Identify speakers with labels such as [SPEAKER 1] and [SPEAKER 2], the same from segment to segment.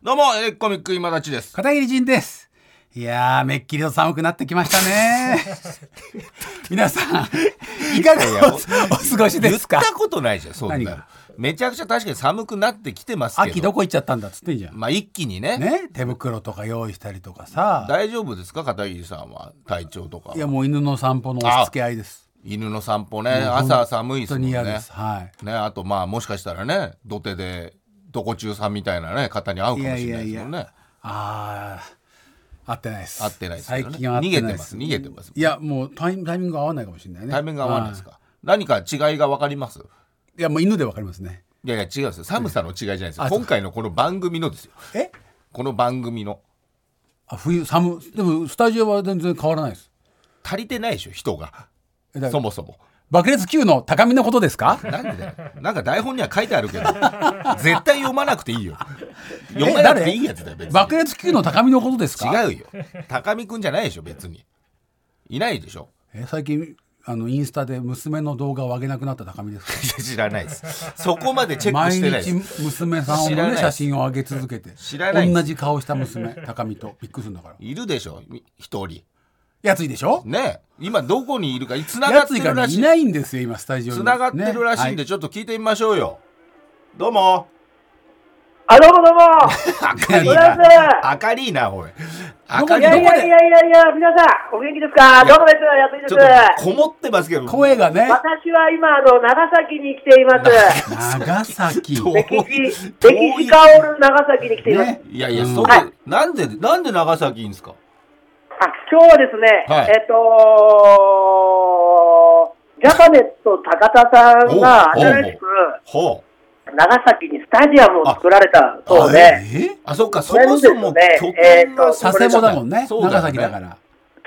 [SPEAKER 1] どうも、エレコミック今立ちです。
[SPEAKER 2] 片桐仁ですいやーめっきりと寒くなってきました ね皆さんいかがおお過ごしですか
[SPEAKER 1] 言ったことないじゃん、そん
[SPEAKER 2] 何
[SPEAKER 1] な
[SPEAKER 2] が。
[SPEAKER 1] めちゃくちゃ確かに寒くなってきてますけど。
[SPEAKER 2] 秋どこ行っちゃったんだっつってんじゃん
[SPEAKER 1] まあ一気にね
[SPEAKER 2] ね手袋とか用意したりとかさ
[SPEAKER 1] 大丈夫ですか、片桐さんは。体調とか
[SPEAKER 2] い。やもう犬の散歩の押し付け合いです
[SPEAKER 1] 犬の散歩ね、朝寒いです
[SPEAKER 2] 本当
[SPEAKER 1] もんね。
[SPEAKER 2] に嫌です、
[SPEAKER 1] ね、
[SPEAKER 2] は
[SPEAKER 1] あとまあもしかしたらね、土手で、どこ中さんみたいなね、方に会うかもしれないですもん
[SPEAKER 2] いやいやい
[SPEAKER 1] ね。
[SPEAKER 2] いあー合ってないです
[SPEAKER 1] 会ってないですけどね
[SPEAKER 2] 最近は会ってないです
[SPEAKER 1] 逃げてます逃げてます
[SPEAKER 2] いやもうタイタイミング合わないかもしれないね
[SPEAKER 1] タイミング合わないです
[SPEAKER 2] は
[SPEAKER 1] か。何か違いがわかります
[SPEAKER 2] いいやもう犬でわかりますね
[SPEAKER 1] いやいや違うんですよ。寒さの違いじゃないですよ。
[SPEAKER 2] あ
[SPEAKER 1] 今回のこの番組のですよ。
[SPEAKER 2] え
[SPEAKER 1] この番組の。
[SPEAKER 2] あ冬寒でもスタジオは全然変わらないです
[SPEAKER 1] 足りてないでしょ、人が。
[SPEAKER 2] えだ
[SPEAKER 1] そもそも。
[SPEAKER 2] 爆裂級の高みのことですか
[SPEAKER 1] なんでだよ。なんか台本には書いてあ るけど、絶対読まなくていいよ。読まなくていいやつだよ、別に。
[SPEAKER 2] 爆裂級の高みのことですか
[SPEAKER 1] 違うよ。高見くんじゃないでしょ、別に。いないでしょ。
[SPEAKER 2] え最近あのインスタで娘の動画を上げなくなった高みです か
[SPEAKER 1] 知らないです。そこまでチェック
[SPEAKER 2] 毎
[SPEAKER 1] してない
[SPEAKER 2] 日
[SPEAKER 1] です。
[SPEAKER 2] 娘さんを
[SPEAKER 1] 知らない
[SPEAKER 2] ね
[SPEAKER 1] です
[SPEAKER 2] 写真を上げ続けて
[SPEAKER 1] 知らないです
[SPEAKER 2] 同じ顔した娘 高みとびっくりするんだから
[SPEAKER 1] いるでしょ、み一人。
[SPEAKER 2] やついでしょ
[SPEAKER 1] ねえ今どこにいるか、繋が
[SPEAKER 2] や
[SPEAKER 1] っ
[SPEAKER 2] つ
[SPEAKER 1] て
[SPEAKER 2] いか
[SPEAKER 1] る
[SPEAKER 2] ら
[SPEAKER 1] ら
[SPEAKER 2] ね
[SPEAKER 1] し
[SPEAKER 2] い
[SPEAKER 1] い。
[SPEAKER 2] ないんですよ今スタジオに
[SPEAKER 1] 繋がってるらしいんで、
[SPEAKER 2] ね
[SPEAKER 1] ちょっと聞いてみましょうよ。どうも。
[SPEAKER 3] あ、どうも どうも
[SPEAKER 1] あかり
[SPEAKER 2] い
[SPEAKER 3] ご
[SPEAKER 2] や
[SPEAKER 3] ざい
[SPEAKER 1] な
[SPEAKER 3] ま。
[SPEAKER 1] あかりな、おい。あ
[SPEAKER 2] こ
[SPEAKER 1] か
[SPEAKER 3] すい
[SPEAKER 1] りな
[SPEAKER 3] やい
[SPEAKER 2] どこ
[SPEAKER 3] や
[SPEAKER 2] で
[SPEAKER 3] いやいやいや、皆さん、お元気ですかどうもです、やついです
[SPEAKER 1] ちょ。っとこもってますけど。
[SPEAKER 2] はい声がね
[SPEAKER 3] 私は今、あの、長崎に来ています。
[SPEAKER 2] 長崎
[SPEAKER 1] 遠い
[SPEAKER 3] 歴史、
[SPEAKER 1] 遠
[SPEAKER 3] 歴史香る長崎に来ています。
[SPEAKER 2] ね
[SPEAKER 1] いやいや、
[SPEAKER 2] うん
[SPEAKER 1] そう、
[SPEAKER 3] はい
[SPEAKER 1] なんで、なんで長崎いいんですか。
[SPEAKER 3] あ、今日はですね、
[SPEAKER 1] はい
[SPEAKER 3] えっと、ジャパネット高田さんが
[SPEAKER 1] おうおう
[SPEAKER 3] 新しく
[SPEAKER 1] ほう。
[SPEAKER 3] 長崎にスタジアムを作られたそうで、
[SPEAKER 2] え
[SPEAKER 1] あ、そっか、そもそも
[SPEAKER 3] これですね
[SPEAKER 1] 曲
[SPEAKER 3] えー
[SPEAKER 1] が
[SPEAKER 3] と
[SPEAKER 1] そ
[SPEAKER 2] 佐
[SPEAKER 1] れ
[SPEAKER 2] 世
[SPEAKER 1] じゃ
[SPEAKER 2] 保
[SPEAKER 1] ない
[SPEAKER 2] だもんね
[SPEAKER 1] そう
[SPEAKER 2] 長
[SPEAKER 1] よ
[SPEAKER 2] 崎だから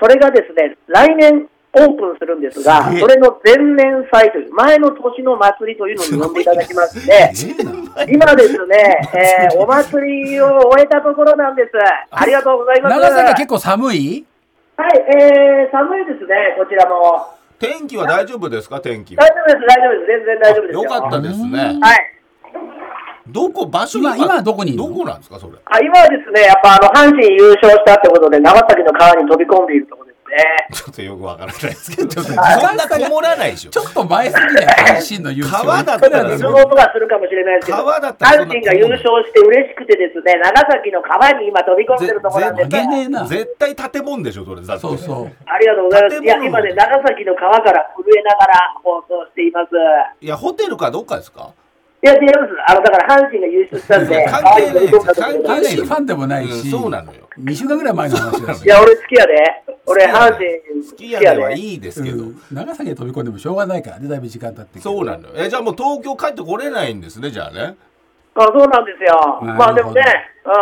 [SPEAKER 3] それがですね、来年オープンするんですが、
[SPEAKER 1] すげえ
[SPEAKER 3] それの前年祭という、前の年の祭りというのに呼んでいただきまして、
[SPEAKER 2] すげえな
[SPEAKER 3] 今ですね、えー、お祭りを終えたところなんです。ありがとうございます。
[SPEAKER 2] 長崎は結構寒い
[SPEAKER 3] はい、えー、寒いですね、こちらも。
[SPEAKER 1] 天気は大丈夫ですか、天気は
[SPEAKER 3] 大。丈夫です、大丈夫です。全然大丈夫ですよ。
[SPEAKER 1] よかったですね。
[SPEAKER 3] はい。
[SPEAKER 1] どこ、場所
[SPEAKER 2] 今今どこにいるの
[SPEAKER 1] どこなんですか、それ。
[SPEAKER 3] あ今はですね、やっぱあの、阪神優勝したってことで、長崎の川に飛び込んでいるところで
[SPEAKER 1] ち
[SPEAKER 3] すね。
[SPEAKER 1] ょっとよくわからないですけど。 そん
[SPEAKER 2] 長崎
[SPEAKER 1] なこもらないでしょ
[SPEAKER 2] ち。ょっと前すぎだよ阪神の優勝
[SPEAKER 1] 川だったら
[SPEAKER 2] いく
[SPEAKER 3] そ
[SPEAKER 2] ら
[SPEAKER 3] の
[SPEAKER 2] でも
[SPEAKER 3] 音がするかもしれないですけど、
[SPEAKER 1] 川だったらそん
[SPEAKER 3] 阪
[SPEAKER 1] な
[SPEAKER 3] 神が優勝して嬉しくてですね、長崎の川に今飛び込んでるところなんです
[SPEAKER 2] ぜぜ。ねえな
[SPEAKER 1] 絶対建物でしょ、それ。だって
[SPEAKER 2] そうそう
[SPEAKER 3] ありがとうございます。いや、
[SPEAKER 1] 建物
[SPEAKER 3] 今ね、長崎の川から震えながら放送しています。
[SPEAKER 1] いや、ホテルかどっかですか。
[SPEAKER 3] いや、違います。あの、だから阪神が優勝したんで、
[SPEAKER 1] 関係ないですよ
[SPEAKER 3] 可愛い子供たちが
[SPEAKER 1] 関係
[SPEAKER 2] 阪神ファンでもない
[SPEAKER 1] うん
[SPEAKER 2] し、
[SPEAKER 1] そうなのよ。
[SPEAKER 2] 2週間ぐらい前の話だし
[SPEAKER 3] いや、俺好きやで。俺、阪神
[SPEAKER 1] 好
[SPEAKER 3] 好
[SPEAKER 1] き
[SPEAKER 3] き
[SPEAKER 1] や
[SPEAKER 3] や
[SPEAKER 1] で
[SPEAKER 3] で。
[SPEAKER 1] はいいですけど。
[SPEAKER 2] うん長崎へ飛び込んでもしょうがないからねだいぶ時間経って
[SPEAKER 1] そうなのよ。え、じゃあもう東京帰ってこれないんですね、じゃあね。
[SPEAKER 3] あそうなんですよ。
[SPEAKER 2] なるほど
[SPEAKER 3] まあでもね、うん。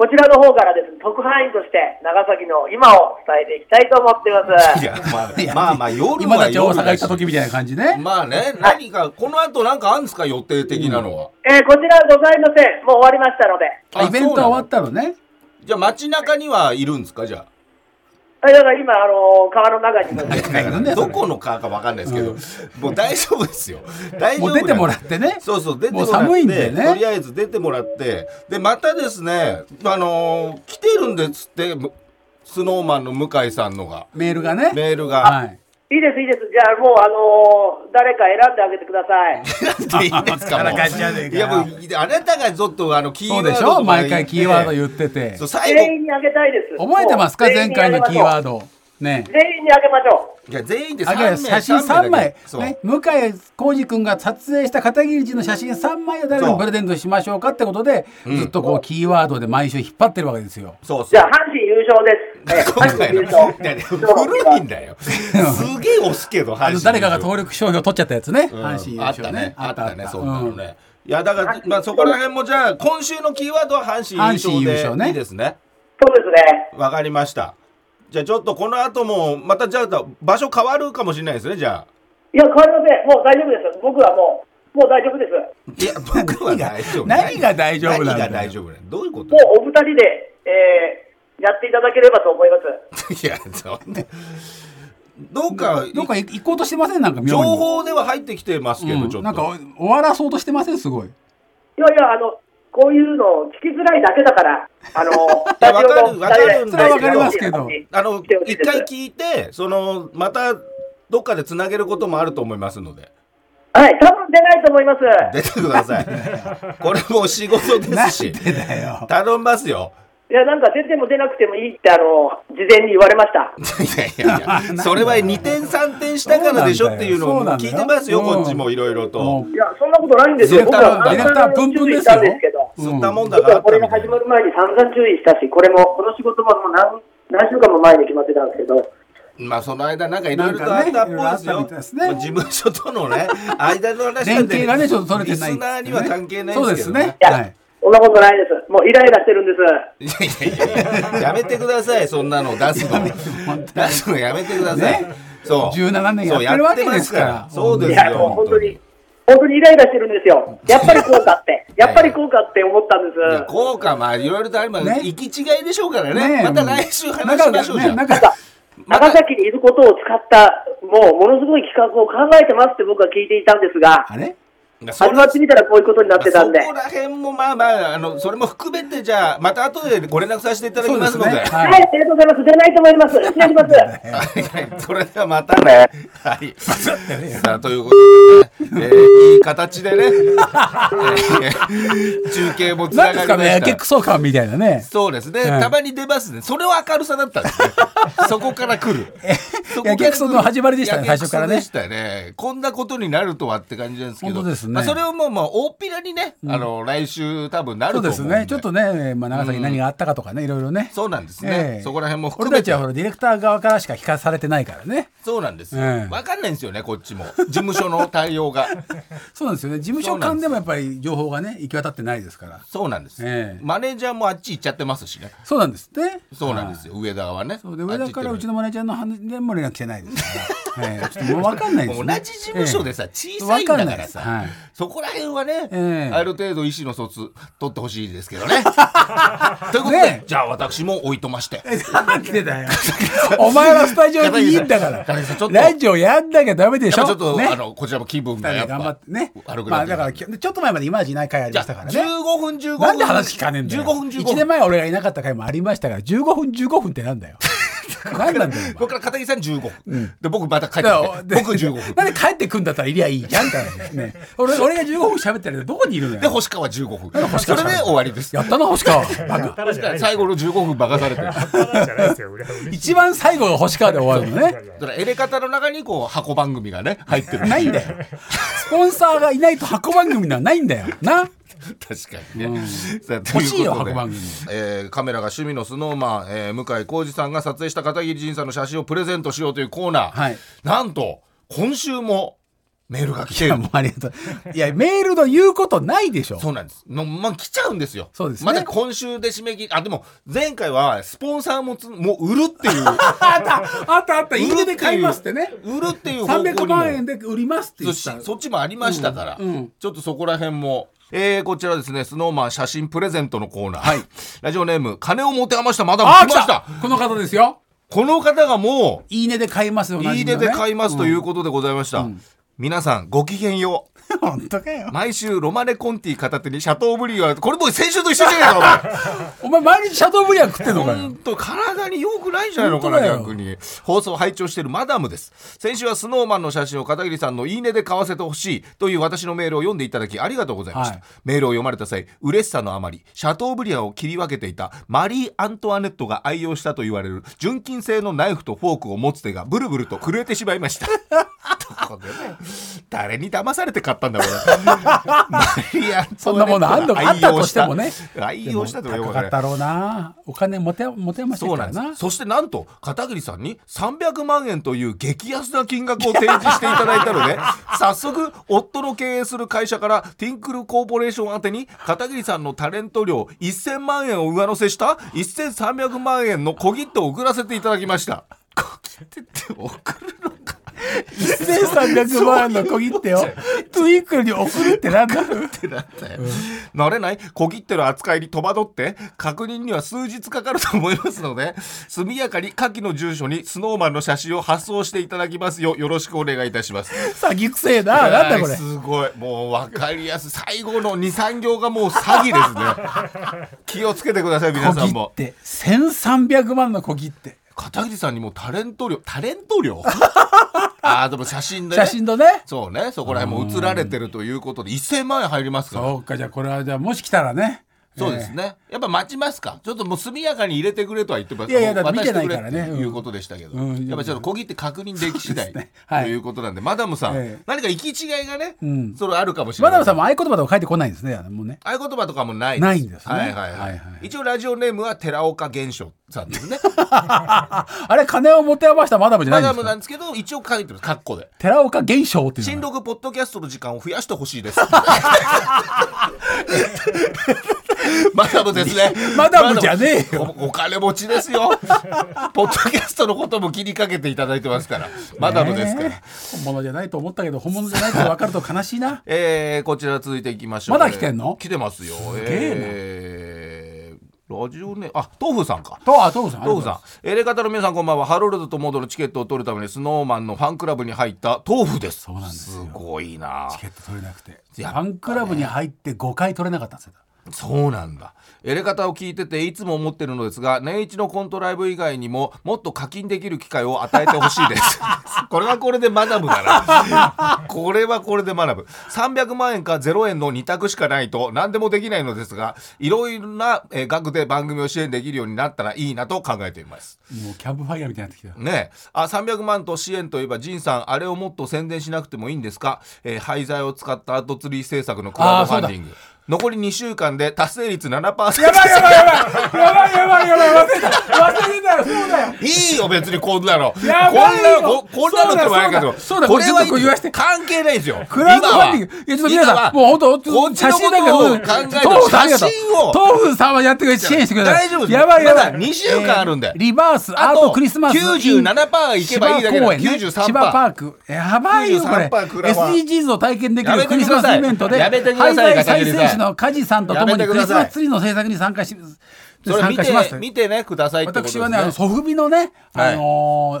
[SPEAKER 3] こちらの方からですね、特派員として長崎の今を伝えていきたいと思ってます。
[SPEAKER 1] い
[SPEAKER 3] い
[SPEAKER 1] や、まあ、まあまあ、夜は夜
[SPEAKER 2] 今だって大阪行
[SPEAKER 1] だ
[SPEAKER 2] っ
[SPEAKER 1] した
[SPEAKER 2] 時みたいな感じね
[SPEAKER 1] まあね、何か、この後なんかあるんですか、予定的なのは。
[SPEAKER 3] えーこちらはございません。もう終わりましたので。
[SPEAKER 1] あ
[SPEAKER 2] イベントは終わったのね
[SPEAKER 1] そうなのじゃあ、街中にはいるんですか、じゃ
[SPEAKER 3] あだから今、あのー川の中にも。
[SPEAKER 1] あ。だから
[SPEAKER 2] なんだよそ
[SPEAKER 1] ど
[SPEAKER 2] れ
[SPEAKER 1] この川かわかんないですけど、もう大丈夫ですよ。大丈夫
[SPEAKER 2] もう
[SPEAKER 1] なんで
[SPEAKER 2] 出てもらってね
[SPEAKER 1] そうそう、出てもらって。
[SPEAKER 2] もう寒いんでね
[SPEAKER 1] とりあえず出てもらって、で、またですね、あのー来てるんですって、むスノーマンの向井さんのが、
[SPEAKER 2] メールがね
[SPEAKER 1] メール
[SPEAKER 2] は
[SPEAKER 1] が。
[SPEAKER 2] い
[SPEAKER 3] いいです、いいです。じゃあもう、あのー誰か選んであげてください。
[SPEAKER 1] なんでいいんです か、も
[SPEAKER 2] からかっちゃうね
[SPEAKER 1] う。いや、もう、あなたがちょっと、あの、キー
[SPEAKER 2] そ
[SPEAKER 1] ワー
[SPEAKER 2] う
[SPEAKER 1] ド
[SPEAKER 2] でし
[SPEAKER 1] とか
[SPEAKER 2] ょ毎回キーワード
[SPEAKER 1] 言っ
[SPEAKER 2] 言ってて
[SPEAKER 1] てそう、最後
[SPEAKER 3] 全。員にあげたいです。
[SPEAKER 2] 覚えてますか
[SPEAKER 3] もう
[SPEAKER 2] 前回のキーワー。ドね
[SPEAKER 3] 全員にあげましょう
[SPEAKER 1] いや全員で
[SPEAKER 2] あ
[SPEAKER 1] 3
[SPEAKER 2] げ
[SPEAKER 1] 名
[SPEAKER 2] 写真3
[SPEAKER 1] 三
[SPEAKER 2] 枚
[SPEAKER 1] そう、
[SPEAKER 2] ね、向井浩二君が撮影した片桐仁の写真3枚を誰かにプレゼントしましょうかってことで、ずっとこうキーワードで毎週引っ張ってるわけですよ。
[SPEAKER 1] そう
[SPEAKER 3] 全員にあげましょう。じ
[SPEAKER 1] そ
[SPEAKER 3] ゃ
[SPEAKER 1] う
[SPEAKER 3] あ、阪
[SPEAKER 1] 今
[SPEAKER 3] 神優勝です。えー阪
[SPEAKER 1] 回
[SPEAKER 3] 神優
[SPEAKER 1] の
[SPEAKER 3] 勝。
[SPEAKER 1] いやでも古いんだよすげえ押すけど
[SPEAKER 2] あ
[SPEAKER 1] 阪
[SPEAKER 2] の
[SPEAKER 1] 神
[SPEAKER 2] 誰かが登録商標取っちゃったやつね、
[SPEAKER 1] うん
[SPEAKER 2] 阪神優
[SPEAKER 1] あっ
[SPEAKER 2] 勝
[SPEAKER 1] た
[SPEAKER 2] ね
[SPEAKER 1] ね。あったねそんなの
[SPEAKER 2] うん
[SPEAKER 1] ねいやだからまあそこら辺もじゃあ今週のキーワードは阪神優
[SPEAKER 2] 阪神優
[SPEAKER 1] 勝で
[SPEAKER 2] 勝ね
[SPEAKER 1] いいですね
[SPEAKER 3] そうですね。
[SPEAKER 1] わかりましたじゃあちょっとこの後もまたじゃあ場所変わるかもしれないですねじゃあ
[SPEAKER 3] いや、変わりません。もう大丈夫です。僕はもう、もう大丈夫です。
[SPEAKER 1] い や僕は大丈夫
[SPEAKER 2] 何が大丈夫なんだよ
[SPEAKER 1] 何が大丈夫なんどういうこと
[SPEAKER 3] もうお二人で、えー、やっていただければと思います。
[SPEAKER 1] いやそんなどうか
[SPEAKER 2] どっか行こうとしてませんなんか妙
[SPEAKER 1] 情
[SPEAKER 2] に
[SPEAKER 1] 報では入ってきてますけ
[SPEAKER 2] う
[SPEAKER 1] ど
[SPEAKER 2] ん
[SPEAKER 1] ちょっ
[SPEAKER 2] なんか
[SPEAKER 1] と
[SPEAKER 2] 終わらそうとしてませんすごい。
[SPEAKER 3] いやいや、あの、こういうのを聞きづらいだけだ から、あの、ス
[SPEAKER 1] や
[SPEAKER 3] タジオの
[SPEAKER 1] わかる
[SPEAKER 3] 二人で
[SPEAKER 1] それはわかり
[SPEAKER 2] ますけど
[SPEAKER 1] あの
[SPEAKER 3] 来てほしい
[SPEAKER 1] 一
[SPEAKER 3] です
[SPEAKER 1] 回聞いてそのまたどっかでつなげることもあると思いますので
[SPEAKER 3] はい、多分出ないと思います。
[SPEAKER 1] 出てくだ さいこれも仕事ですし
[SPEAKER 2] なんでだよ。
[SPEAKER 1] 頼みますよ
[SPEAKER 3] いや、なんか出ても出なくてもいいって、あの、事前に言われました。
[SPEAKER 1] いやいやいやそれは2点3点したからでしょっていうの
[SPEAKER 2] そう
[SPEAKER 1] を
[SPEAKER 2] なんだ
[SPEAKER 1] 聞
[SPEAKER 2] よ
[SPEAKER 1] いてますよ
[SPEAKER 2] そう
[SPEAKER 1] こっちもいろいろと
[SPEAKER 2] も
[SPEAKER 3] いや、そんなことないんです
[SPEAKER 1] デ
[SPEAKER 3] よ。
[SPEAKER 1] ィレク
[SPEAKER 3] 僕
[SPEAKER 1] ター
[SPEAKER 3] は
[SPEAKER 1] ディレ
[SPEAKER 2] クタープンプンで
[SPEAKER 3] 注意し
[SPEAKER 2] すよ
[SPEAKER 3] たんですけど、
[SPEAKER 1] 吸ったもんだ
[SPEAKER 3] 僕
[SPEAKER 1] があ
[SPEAKER 3] は
[SPEAKER 1] っ
[SPEAKER 3] こ
[SPEAKER 1] た
[SPEAKER 3] れ
[SPEAKER 1] み
[SPEAKER 3] が
[SPEAKER 1] たい
[SPEAKER 3] 始
[SPEAKER 1] な
[SPEAKER 3] まる前に散々注意したし、これも、この仕事ももう何何週間も前に決まってたんですけど、
[SPEAKER 1] まあその間なんかいろいろとあったっぽいですよ
[SPEAKER 2] なんかねいろいろあったみたいですね
[SPEAKER 1] もう事務所とのね間の話
[SPEAKER 2] 連携がね、ちょっと取れてない。
[SPEAKER 1] リスナーには関係ないですけど
[SPEAKER 2] そうですね。
[SPEAKER 3] いや
[SPEAKER 2] はい。
[SPEAKER 3] そんなことないです。もうイライラしてるんです。
[SPEAKER 1] いやいやいや、やめてください、そんなの出すの。
[SPEAKER 2] 本当
[SPEAKER 1] 出すのやめてください。
[SPEAKER 2] ね
[SPEAKER 1] そう。
[SPEAKER 2] 17年やってるわけですから
[SPEAKER 1] そうやってますからそうで
[SPEAKER 3] い
[SPEAKER 1] す
[SPEAKER 3] や、
[SPEAKER 1] よ。
[SPEAKER 3] もう本当に、本当にイライラしてるんですよ。やっぱりこうかって、やっぱりこうかって思ったんです。
[SPEAKER 1] いや効果、まあ、いろいろとあります。
[SPEAKER 2] ね
[SPEAKER 1] 行き違いでしょうからね。また来週話しましょうじゃん。ま
[SPEAKER 2] なんかね なんか
[SPEAKER 3] 長崎にいることを使った、もうものすごい企画を考えてますって僕は聞いていたんですが、
[SPEAKER 2] あれ
[SPEAKER 1] あそ
[SPEAKER 3] 始
[SPEAKER 1] れ
[SPEAKER 3] まってみたらこういうことになってたんで。
[SPEAKER 1] そこら辺も、まあまあ、あの、それも含めて、じゃあ、また後でご連絡させていただき
[SPEAKER 2] そうで
[SPEAKER 1] ます
[SPEAKER 2] す
[SPEAKER 1] の
[SPEAKER 2] ね。
[SPEAKER 1] で。
[SPEAKER 2] は
[SPEAKER 3] はいい、ありがとうございます。出ないと思います。失礼します。
[SPEAKER 1] はい それではまたね。はい。さあということでね、えーいい形でね、 えー中継もつ
[SPEAKER 2] な
[SPEAKER 1] なん
[SPEAKER 2] で
[SPEAKER 1] が
[SPEAKER 2] す
[SPEAKER 1] りま
[SPEAKER 2] かね
[SPEAKER 1] し、
[SPEAKER 2] 結
[SPEAKER 1] た
[SPEAKER 2] 構。そうかみたいなね。
[SPEAKER 1] そうですね、
[SPEAKER 2] はい
[SPEAKER 1] たまに出ますね。それは明るさだったん ですね。そこから来る。そこから来る
[SPEAKER 2] いや逆走の始まりでしたね
[SPEAKER 1] いや
[SPEAKER 2] 最初からね
[SPEAKER 1] 逆走でしたね。こんなことになるとはって感じなんですけど。
[SPEAKER 2] 本当ですね
[SPEAKER 1] まあ、それをもう、まあ、大っぴらにね、あの、来週多分なると
[SPEAKER 2] そ
[SPEAKER 1] 思
[SPEAKER 2] う
[SPEAKER 1] うん
[SPEAKER 2] で
[SPEAKER 1] で。
[SPEAKER 2] すね。ちょっとね、まあ長崎何があったかとかね、いろいろね。
[SPEAKER 1] そうなんですね。
[SPEAKER 2] ええ
[SPEAKER 1] そこら辺も含
[SPEAKER 2] 俺
[SPEAKER 1] めて。
[SPEAKER 2] たちはほらディレクター側からしか聞かされてないからね。
[SPEAKER 1] そうなんですよ。
[SPEAKER 2] ええ
[SPEAKER 1] わかんないんですよね、こっちも。事務所の対応が。
[SPEAKER 2] そうなんですよね。事務所間でもやっぱり情報がね行き渡ってないですから。
[SPEAKER 1] そうなんです、
[SPEAKER 2] ええ
[SPEAKER 1] マネージャーもあっち行っちゃってますしね。
[SPEAKER 2] そうなんですね。
[SPEAKER 1] そうなんですよ、上田はね。
[SPEAKER 2] そうで上田から
[SPEAKER 1] あっ
[SPEAKER 2] う
[SPEAKER 1] ち
[SPEAKER 2] ち
[SPEAKER 1] 行っ
[SPEAKER 2] のマネージャーの話でも連絡来てないですから、ええちょっともう分かんない
[SPEAKER 1] てる
[SPEAKER 2] です、
[SPEAKER 1] 同
[SPEAKER 2] ね、
[SPEAKER 1] じ事務所でさ、
[SPEAKER 2] ええ
[SPEAKER 1] 小さいんだ
[SPEAKER 2] わ
[SPEAKER 1] か
[SPEAKER 2] んない
[SPEAKER 1] ら
[SPEAKER 2] です
[SPEAKER 1] さ、
[SPEAKER 2] はい
[SPEAKER 1] そこら辺はね、
[SPEAKER 2] ええ
[SPEAKER 1] ある程度意思の疎通取ってほしいですけど ね。ということで、
[SPEAKER 2] ねえ
[SPEAKER 1] じゃあ私もおいとまして。
[SPEAKER 2] なんでだよ お前はスタジオにいいんだから
[SPEAKER 1] 片桐さんちょっと
[SPEAKER 2] ラジオやんなきゃダメでし
[SPEAKER 1] やっぱ
[SPEAKER 2] ょ
[SPEAKER 1] ちょっと、
[SPEAKER 2] ね
[SPEAKER 1] あのこちらも気分が
[SPEAKER 2] 二
[SPEAKER 1] や
[SPEAKER 2] 人
[SPEAKER 1] っ
[SPEAKER 2] で頑張
[SPEAKER 1] ぱ
[SPEAKER 2] ってね
[SPEAKER 1] 悪く
[SPEAKER 2] ま
[SPEAKER 1] な
[SPEAKER 2] あ
[SPEAKER 1] って
[SPEAKER 2] だ
[SPEAKER 1] る
[SPEAKER 2] からきょちょっと前まで今までいない回あり
[SPEAKER 1] じ
[SPEAKER 2] ま
[SPEAKER 1] ゃあ
[SPEAKER 2] したから
[SPEAKER 1] 15
[SPEAKER 2] ね
[SPEAKER 1] 分15分
[SPEAKER 2] なんで話聞かねえんだよ
[SPEAKER 1] 15分15
[SPEAKER 2] 1年
[SPEAKER 1] 分
[SPEAKER 2] 前俺がいなかった回もありましたから15分15分ってなん だよ何なんだよ
[SPEAKER 1] ここから片桐さん15分、で僕また帰
[SPEAKER 2] お
[SPEAKER 1] って
[SPEAKER 2] 前
[SPEAKER 1] きて僕15分
[SPEAKER 2] なんで帰ってくんだったらいりゃいいじゃんって話ですね俺俺が15分喋ってるのどこにいるのよ
[SPEAKER 1] で星川15
[SPEAKER 2] なんで
[SPEAKER 1] 分
[SPEAKER 2] 星
[SPEAKER 1] それ
[SPEAKER 2] 川
[SPEAKER 1] で
[SPEAKER 2] さん
[SPEAKER 1] 終わりです
[SPEAKER 2] やったな星川バカ
[SPEAKER 4] ただじゃないです
[SPEAKER 1] 最後の15分バカされてる
[SPEAKER 4] ただじゃないですよ。俺は嬉しい
[SPEAKER 2] 一番最後が星川で終わるのね。
[SPEAKER 1] だからエレカタの中にこう箱番組が ね入ってる
[SPEAKER 2] ないんだよ。スポンサーがいないと箱番組ではないんだよ。な。
[SPEAKER 1] 確か にね、さあとうことで
[SPEAKER 2] 欲しいよ箱番組
[SPEAKER 1] えーカメラが趣味のスノーマン、えー向井浩二さんが撮影した片桐仁さんの写真をプレゼントしようというコーナー、
[SPEAKER 2] はい
[SPEAKER 1] なんと今週もメールが来て
[SPEAKER 2] い
[SPEAKER 1] い
[SPEAKER 2] や、
[SPEAKER 1] る
[SPEAKER 2] もうありがとう。いや、メールの言うことないでしょ。
[SPEAKER 1] そうなんですのまあ来ちゃうんですよ
[SPEAKER 2] そうですね
[SPEAKER 1] まだ今週で締め切りあでも前回はスポンサーもつもう売るっていう
[SPEAKER 2] あった、あった、あった、
[SPEAKER 1] 売るっていう売るっていう方向にも
[SPEAKER 2] で売りますっ
[SPEAKER 1] そしそっちもありましたから、
[SPEAKER 2] うんうん
[SPEAKER 1] ちょっとそこら辺も、えー、こちらですねスノーマン写真プレゼントのコーナー、
[SPEAKER 2] はい
[SPEAKER 1] ラジオネーム金を持て余したマダム
[SPEAKER 2] あ
[SPEAKER 1] 来
[SPEAKER 2] 来
[SPEAKER 1] ましたた
[SPEAKER 2] この方ですよ。
[SPEAKER 1] この方がも
[SPEAKER 2] いいねで買いますよ、
[SPEAKER 1] ういいねで買いますということでございました、皆さんごきげんよう
[SPEAKER 2] と。本当かよ。
[SPEAKER 1] 毎週ロマネコンティ片手にシャトーブリーはこれもう先週と一緒じゃないか
[SPEAKER 2] お前、毎日シャトーブリアン食ってんの
[SPEAKER 1] お
[SPEAKER 2] か
[SPEAKER 1] 前
[SPEAKER 2] よ
[SPEAKER 1] 本。当体に良くないんじゃないのかな
[SPEAKER 2] 本当だよ
[SPEAKER 1] 逆に放送を拝聴しているマダムです先週はスノーマンの写真を片桐さんの「いいね」で買わせてほしいという私のメールを読んでいただきありがとうございました、
[SPEAKER 2] はい
[SPEAKER 1] メールを読まれた際嬉しさのあまりシャトーブリアンを切り分けていたマリー・アントワネットが愛用したと言われる純金製のナイフとフォークを持つ手がブルブルと震えてしまいました ということでね誰に騙されて買ったんだこれ マリー・アントワネット
[SPEAKER 2] そんなものあんの
[SPEAKER 1] が
[SPEAKER 2] かあっ
[SPEAKER 1] 愛
[SPEAKER 2] た
[SPEAKER 1] 用
[SPEAKER 2] と
[SPEAKER 1] し
[SPEAKER 2] して
[SPEAKER 1] た
[SPEAKER 2] もね
[SPEAKER 1] 愛用したとかよく
[SPEAKER 2] 高
[SPEAKER 1] わかんな
[SPEAKER 2] かっ
[SPEAKER 1] い
[SPEAKER 2] たろうな。お金持て、持てまして
[SPEAKER 1] そ
[SPEAKER 2] る
[SPEAKER 1] うな
[SPEAKER 2] か
[SPEAKER 1] ん
[SPEAKER 2] ら
[SPEAKER 1] で
[SPEAKER 2] な
[SPEAKER 1] す。。そしてなんと片桐さんに300万円という激安な金額を提示していただいたので 早速夫の経営する会社からティンクルコーポレーション宛てに片桐さんのタレント料1000万円を上乗せした1300万円の小切手を送らせていただきました。小切手って送るのか
[SPEAKER 2] 1300万円の小切 手をトゥインクルに送るってなんだ
[SPEAKER 1] ってなったよ、慣れない小切手の扱いに戸惑って確認には数日かかると思いますので速やかに下記の住所にスノーマンの写真を発送していただきますようよろしくお願いいたします
[SPEAKER 2] 詐欺くせえななんだこ
[SPEAKER 1] は
[SPEAKER 2] れ
[SPEAKER 1] いすごいもう分かりやすい最後の23行がもう詐欺ですね 気をつけてください皆さん
[SPEAKER 2] 小
[SPEAKER 1] も
[SPEAKER 2] 切手1300万の小切手
[SPEAKER 1] 片桐さんにもタレント料タレント 料ああでも写真で、ね、
[SPEAKER 2] 写真のね
[SPEAKER 1] そうねそこら辺も映られてるということで1000万円入りますから
[SPEAKER 2] そうかじゃあこれはじゃあもし来たらね
[SPEAKER 1] そうですね、やっぱ待ちますかちょっともう速やかに入れてくれとは言ってます
[SPEAKER 2] いやいやだって
[SPEAKER 1] もう渡してくれ
[SPEAKER 2] 見てないからね
[SPEAKER 1] っていうことでしたけど、
[SPEAKER 2] うんうん
[SPEAKER 1] やっぱちょっと小切って確認でき次第、
[SPEAKER 2] そうですねはい
[SPEAKER 1] ということなんでマダムさん、
[SPEAKER 2] ええ
[SPEAKER 1] 何か行き違いがね、
[SPEAKER 2] ん
[SPEAKER 1] それあるかもしれ
[SPEAKER 2] マ
[SPEAKER 1] ない
[SPEAKER 2] ダムさんも合言葉とか書いてこないんですねもうね
[SPEAKER 1] 合言葉とかもない
[SPEAKER 2] ないんですね
[SPEAKER 1] はいはいはい。
[SPEAKER 2] はいはい
[SPEAKER 1] 一応ラジオネームは寺岡玄翔さんです ね。
[SPEAKER 2] あれ金を持て余したマダムじゃな
[SPEAKER 1] マ
[SPEAKER 2] いんで
[SPEAKER 1] ダム
[SPEAKER 2] すか
[SPEAKER 1] なんですけど、一応書いてます。カッコで。
[SPEAKER 2] 寺岡玄翔っていう
[SPEAKER 1] 新
[SPEAKER 2] のが
[SPEAKER 1] 録ポッドキャストの時間を増やしてほしい です。マダムですね。
[SPEAKER 2] マダムじゃねえよ
[SPEAKER 1] マダムおお金持ちですよ。ポッドキャストのことも気にかけていただいてますから。マダムですから。
[SPEAKER 2] ねえ本物じゃないと思ったけど本物じゃないって分かると悲しいな
[SPEAKER 1] えー、こちら続いていきましょう。
[SPEAKER 2] まだ来てん
[SPEAKER 1] え
[SPEAKER 2] の
[SPEAKER 1] ー来てますよ。す
[SPEAKER 2] げえな
[SPEAKER 1] えー、ラジオね、あ、豆腐さんか。
[SPEAKER 2] とあトムさん
[SPEAKER 1] 豆腐さん、エレカタの皆さんこんばんは。ハロルドとモードのチケットを取るためにスノーマンのファンクラブに入った豆腐です。
[SPEAKER 2] そうなんですよ
[SPEAKER 1] ごいな
[SPEAKER 2] チ。ケット取れなくてフ
[SPEAKER 1] やっ
[SPEAKER 2] ァ
[SPEAKER 1] ぱね
[SPEAKER 2] ンクラブに入って5回取れなかったんですよ
[SPEAKER 1] そうなんだ。エレカタを聞いてていつも思ってるのですが、年一のコントライブ以外にももっと課金できる機会を与えてほしいです。これはこれでマダムだな。これはこれでマダム。300万円か0円の2択しかないと何でもできないのですが、いろいろなえー額で番組を支援できるようになったらいいなと考えています。
[SPEAKER 2] もうキャンプファイヤーみたいになってきた
[SPEAKER 1] ねえあ300万と支援といえば仁さんあれをもっと宣伝しなくてもいいんですか、えー廃材を使ったアートツリー制作のクラウドファンディング残り2週間で達成率7%
[SPEAKER 2] やばいやばいやばいやばいやばいやばい忘れた忘れたよそうだよ
[SPEAKER 1] いいよ別にこんなのこんな
[SPEAKER 2] やばいよ
[SPEAKER 1] のここんなのってもないけど
[SPEAKER 2] そうだそうだ
[SPEAKER 1] これは
[SPEAKER 2] これずっと言わして
[SPEAKER 1] 関係ないですよ
[SPEAKER 2] クラウドファンディング。いや、ちょっと皆
[SPEAKER 1] 今
[SPEAKER 2] さ
[SPEAKER 1] は
[SPEAKER 2] ん、もう本当、
[SPEAKER 1] こっち
[SPEAKER 2] 写
[SPEAKER 1] の
[SPEAKER 2] 真だけ
[SPEAKER 1] ことを考え
[SPEAKER 2] どうぞ
[SPEAKER 1] て
[SPEAKER 2] ありがとう
[SPEAKER 1] 写真を
[SPEAKER 2] 豆腐さんはやってくれ、支援してくれ
[SPEAKER 1] 大丈夫です
[SPEAKER 2] やばいやばい。
[SPEAKER 1] まだ2週間あるんで
[SPEAKER 2] えーリバース、アート、クリスマス。
[SPEAKER 1] 97%いけばいいだけだ
[SPEAKER 2] 芝公園ね
[SPEAKER 1] 93%
[SPEAKER 2] 芝パーク。やばいよ、これ。
[SPEAKER 1] 93%クラワー
[SPEAKER 2] SDGs を体験でき
[SPEAKER 1] やめ
[SPEAKER 2] る
[SPEAKER 1] て
[SPEAKER 2] ク
[SPEAKER 1] く
[SPEAKER 2] リ
[SPEAKER 1] だ
[SPEAKER 2] ス
[SPEAKER 1] さい
[SPEAKER 2] マスイベントで、
[SPEAKER 1] やめてください
[SPEAKER 2] 廃材再
[SPEAKER 1] 片桐
[SPEAKER 2] 生
[SPEAKER 1] さん
[SPEAKER 2] 士の梶さんと
[SPEAKER 1] やめ
[SPEAKER 2] 共に
[SPEAKER 1] て
[SPEAKER 2] ク
[SPEAKER 1] くだ
[SPEAKER 2] リ
[SPEAKER 1] さ
[SPEAKER 2] ス
[SPEAKER 1] い
[SPEAKER 2] マスツリーの制作に参加し、
[SPEAKER 1] それ
[SPEAKER 2] 参
[SPEAKER 1] 見
[SPEAKER 2] 加します
[SPEAKER 1] て。見てねくださいってことです
[SPEAKER 2] 私
[SPEAKER 1] ね
[SPEAKER 2] はね、あの、ソフビのね、
[SPEAKER 1] はい
[SPEAKER 2] あの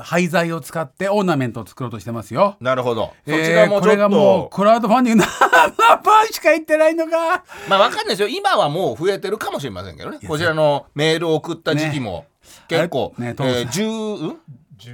[SPEAKER 2] ー、廃材を使ってオーナメントを作ろうとしてますよ。
[SPEAKER 1] なるほど、
[SPEAKER 2] え
[SPEAKER 1] そちらも
[SPEAKER 2] ーこ
[SPEAKER 1] ちょ
[SPEAKER 2] れ
[SPEAKER 1] っと
[SPEAKER 2] がもうクラウドファンディング7番しか言ってないのか
[SPEAKER 1] まあわかんないですよ今はもう増えてるかもしれませんけどねこちらのメールを送った時期も結構、
[SPEAKER 2] ねね
[SPEAKER 1] え
[SPEAKER 2] トムさん
[SPEAKER 1] ー10うん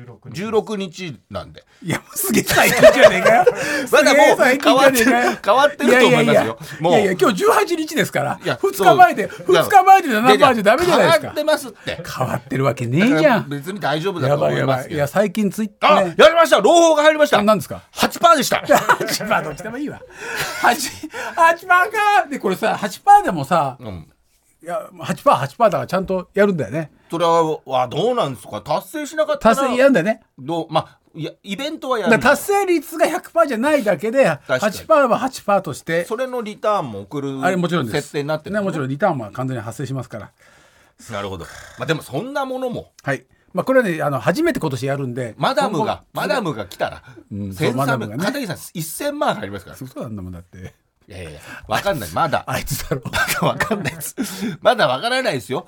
[SPEAKER 1] 16日なんで
[SPEAKER 2] いやもうすげえ最近じゃねえかよ
[SPEAKER 1] まだもう変わってる変わってると思いますよ
[SPEAKER 2] やや
[SPEAKER 1] もう
[SPEAKER 2] いやいや今日18日ですから
[SPEAKER 1] いや
[SPEAKER 2] 2日前で
[SPEAKER 1] そういや
[SPEAKER 2] 2日前で7番じゃダメじゃな
[SPEAKER 1] 変わ
[SPEAKER 2] いです
[SPEAKER 1] っ
[SPEAKER 2] か
[SPEAKER 1] てますって
[SPEAKER 2] 変わってるわけねえじゃん
[SPEAKER 1] 別に大丈夫だ
[SPEAKER 2] や
[SPEAKER 1] と
[SPEAKER 2] ば
[SPEAKER 1] 思
[SPEAKER 2] い
[SPEAKER 1] い
[SPEAKER 2] や
[SPEAKER 1] ま
[SPEAKER 2] ば
[SPEAKER 1] す
[SPEAKER 2] い
[SPEAKER 1] け
[SPEAKER 2] い
[SPEAKER 1] ど
[SPEAKER 2] や最近ツイッタ
[SPEAKER 1] あ、
[SPEAKER 2] ーね
[SPEAKER 1] やりました朗報が入りました
[SPEAKER 2] 何ですか
[SPEAKER 1] 8%でした
[SPEAKER 2] 8番どっちでもいいわ 8, 8番かでこれさ8パーでもさ
[SPEAKER 1] うん
[SPEAKER 2] いや8パー8パーだからちゃんとやるんだよね
[SPEAKER 1] それはわどうなんですか達成しなかったら
[SPEAKER 2] 達成やるんだよね
[SPEAKER 1] どうまあいやイベントはや
[SPEAKER 2] だから
[SPEAKER 1] る
[SPEAKER 2] 達成率が100%じゃないだけで
[SPEAKER 1] 確かに
[SPEAKER 2] 8%は8%として
[SPEAKER 1] それのリターンも送る
[SPEAKER 2] あれもちろんです
[SPEAKER 1] 設定になってる
[SPEAKER 2] ねもちろんリターンは完全に発生しますから
[SPEAKER 1] なるほどまあでもそんなものも
[SPEAKER 2] はいまあこれはねあの初めて今年やるんで
[SPEAKER 1] マダム
[SPEAKER 2] 今
[SPEAKER 1] が
[SPEAKER 2] 後
[SPEAKER 1] マダムが来たら
[SPEAKER 2] うん
[SPEAKER 1] 1300
[SPEAKER 2] そうマダムがね
[SPEAKER 1] 片桐さん1000万入りますから
[SPEAKER 2] そうなんだもんだって
[SPEAKER 1] いやいやいやわかんないまだ
[SPEAKER 2] あいつだろ
[SPEAKER 1] わかんないですまだわからないですよ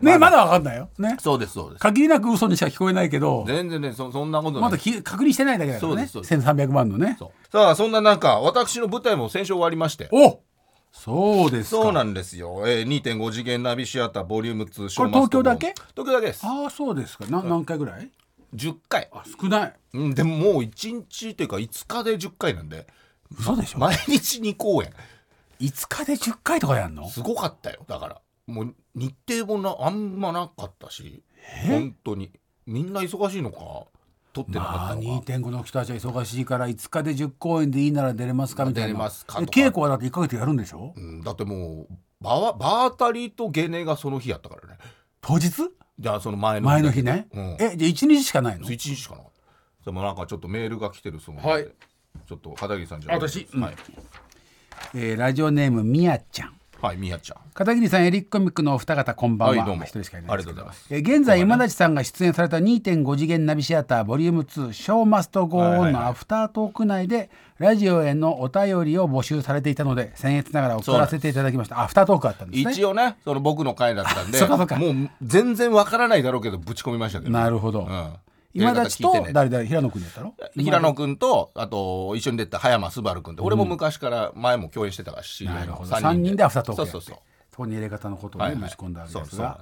[SPEAKER 2] ねまだわかんないよね
[SPEAKER 1] そうですそうです
[SPEAKER 2] 限りなく嘘にしか聞こえないけど
[SPEAKER 1] 全然ねそそんなことな
[SPEAKER 2] ま
[SPEAKER 1] い
[SPEAKER 2] だき確認してないだけだから
[SPEAKER 1] そうで
[SPEAKER 2] ね
[SPEAKER 1] すそうです
[SPEAKER 2] 1300万のね
[SPEAKER 1] そうさあそんななんか私の舞台も先週終わりまして
[SPEAKER 2] おそうですか
[SPEAKER 1] そうなんですよ、えー、2.5次元ナビシアターボリューム2
[SPEAKER 2] これ東京だけ
[SPEAKER 1] 東京だけです
[SPEAKER 2] ああそうですかな何回ぐらい
[SPEAKER 1] 10回
[SPEAKER 2] あ少ない
[SPEAKER 1] うんでももう1日というか5日で10回なんで
[SPEAKER 2] 嘘でしょ
[SPEAKER 1] 毎日2公演
[SPEAKER 2] 5日で10回とかやんの
[SPEAKER 1] すごかったよだからもう日程もなあんまなかったし本当にみんな忙しいのか撮ってなかっ
[SPEAKER 2] ま
[SPEAKER 1] た
[SPEAKER 2] あ、
[SPEAKER 1] のか
[SPEAKER 2] 2.5の人たちは忙しいから5日で10公演でいいなら出れますかみたいな
[SPEAKER 1] 出れますか
[SPEAKER 2] で
[SPEAKER 1] とか
[SPEAKER 2] 稽古はだって1か月やるんでしょ
[SPEAKER 1] うん、だってもうバワバータリーとゲネがその日やったからね
[SPEAKER 2] 当日
[SPEAKER 1] じゃあその前の
[SPEAKER 2] 前の日ね、
[SPEAKER 1] うん
[SPEAKER 2] えじゃあ1日しかないの
[SPEAKER 1] 1日しかなかったでもなんかちょっとメールが来てるそうなので、
[SPEAKER 2] はい
[SPEAKER 1] ちょっと片桐さんじゃあ
[SPEAKER 2] 私うん
[SPEAKER 1] はい、
[SPEAKER 2] えーラジオネームみやちゃん
[SPEAKER 1] はいみやちゃん
[SPEAKER 2] 片桐さんエリックコミックのお二方こんばんは、
[SPEAKER 1] はいどうも
[SPEAKER 2] 一人しかいないですけど
[SPEAKER 1] ありがとうございます
[SPEAKER 2] えー現在今立さんが出演された2.5次元ナビシアターボリューム2「ショーマストゴー
[SPEAKER 1] はいは
[SPEAKER 2] オ
[SPEAKER 1] い
[SPEAKER 2] ン」
[SPEAKER 1] はい
[SPEAKER 2] のアフタートーク内でラジオへのお便りを募集されていたので僭越ながら送らせていただきましたあアフタートークあったんですね
[SPEAKER 1] 一応ねその僕の回だったんで
[SPEAKER 2] そうかそうか
[SPEAKER 1] もう全然わからないだろうけどぶち込みましたけど
[SPEAKER 2] なるほ
[SPEAKER 1] う
[SPEAKER 2] ど、
[SPEAKER 1] ん
[SPEAKER 2] 今立と
[SPEAKER 1] やり方聞いてね
[SPEAKER 2] 誰だ平野君だったの
[SPEAKER 1] 平野君とあと一緒に出た葉山すばる君って俺も昔から前も共演してたから知り合
[SPEAKER 2] ないる
[SPEAKER 1] の
[SPEAKER 2] ほど
[SPEAKER 1] 三
[SPEAKER 2] 3人でアフタートー
[SPEAKER 1] そ
[SPEAKER 2] クや
[SPEAKER 1] う
[SPEAKER 2] って
[SPEAKER 1] そうそう
[SPEAKER 2] そこに入れ方のことを
[SPEAKER 1] はいは
[SPEAKER 2] ね
[SPEAKER 1] い
[SPEAKER 2] ぶち込んだわけです
[SPEAKER 1] そうそう
[SPEAKER 2] が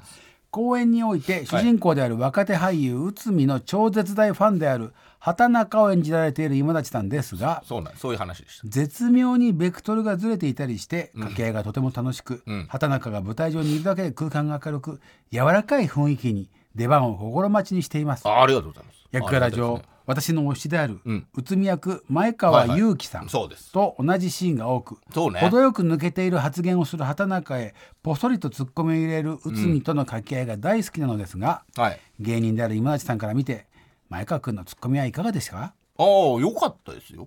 [SPEAKER 2] 公演において主人公である若手俳優内海の超絶大ファンである畑中を演じられている今立さんですが
[SPEAKER 1] そうなんそういう話でした
[SPEAKER 2] 絶妙にベクトルがずれていたりして掛け合いがとても楽しく、
[SPEAKER 1] うん
[SPEAKER 2] 畑中が舞台上にいるだけで空間が明るく柔らかい雰囲気に出番を心待ちにしています
[SPEAKER 1] あありがとうございます
[SPEAKER 2] 役柄上、
[SPEAKER 1] ありがとうござい
[SPEAKER 2] 私の推しである、
[SPEAKER 1] うん
[SPEAKER 2] 内海役前
[SPEAKER 1] はいは
[SPEAKER 2] 川
[SPEAKER 1] い
[SPEAKER 2] 祐希さん、
[SPEAKER 1] ますそうです
[SPEAKER 2] と同じシーンが多く、
[SPEAKER 1] そうね
[SPEAKER 2] 程よく抜けている発言をする畑中へぽそりと突っ込みを入れる内海との掛け合いが大好きなのですが、
[SPEAKER 1] はい
[SPEAKER 2] 芸人である今立さんから見て前川君の突っ込みはいかがでしたか
[SPEAKER 1] ああよかったですよ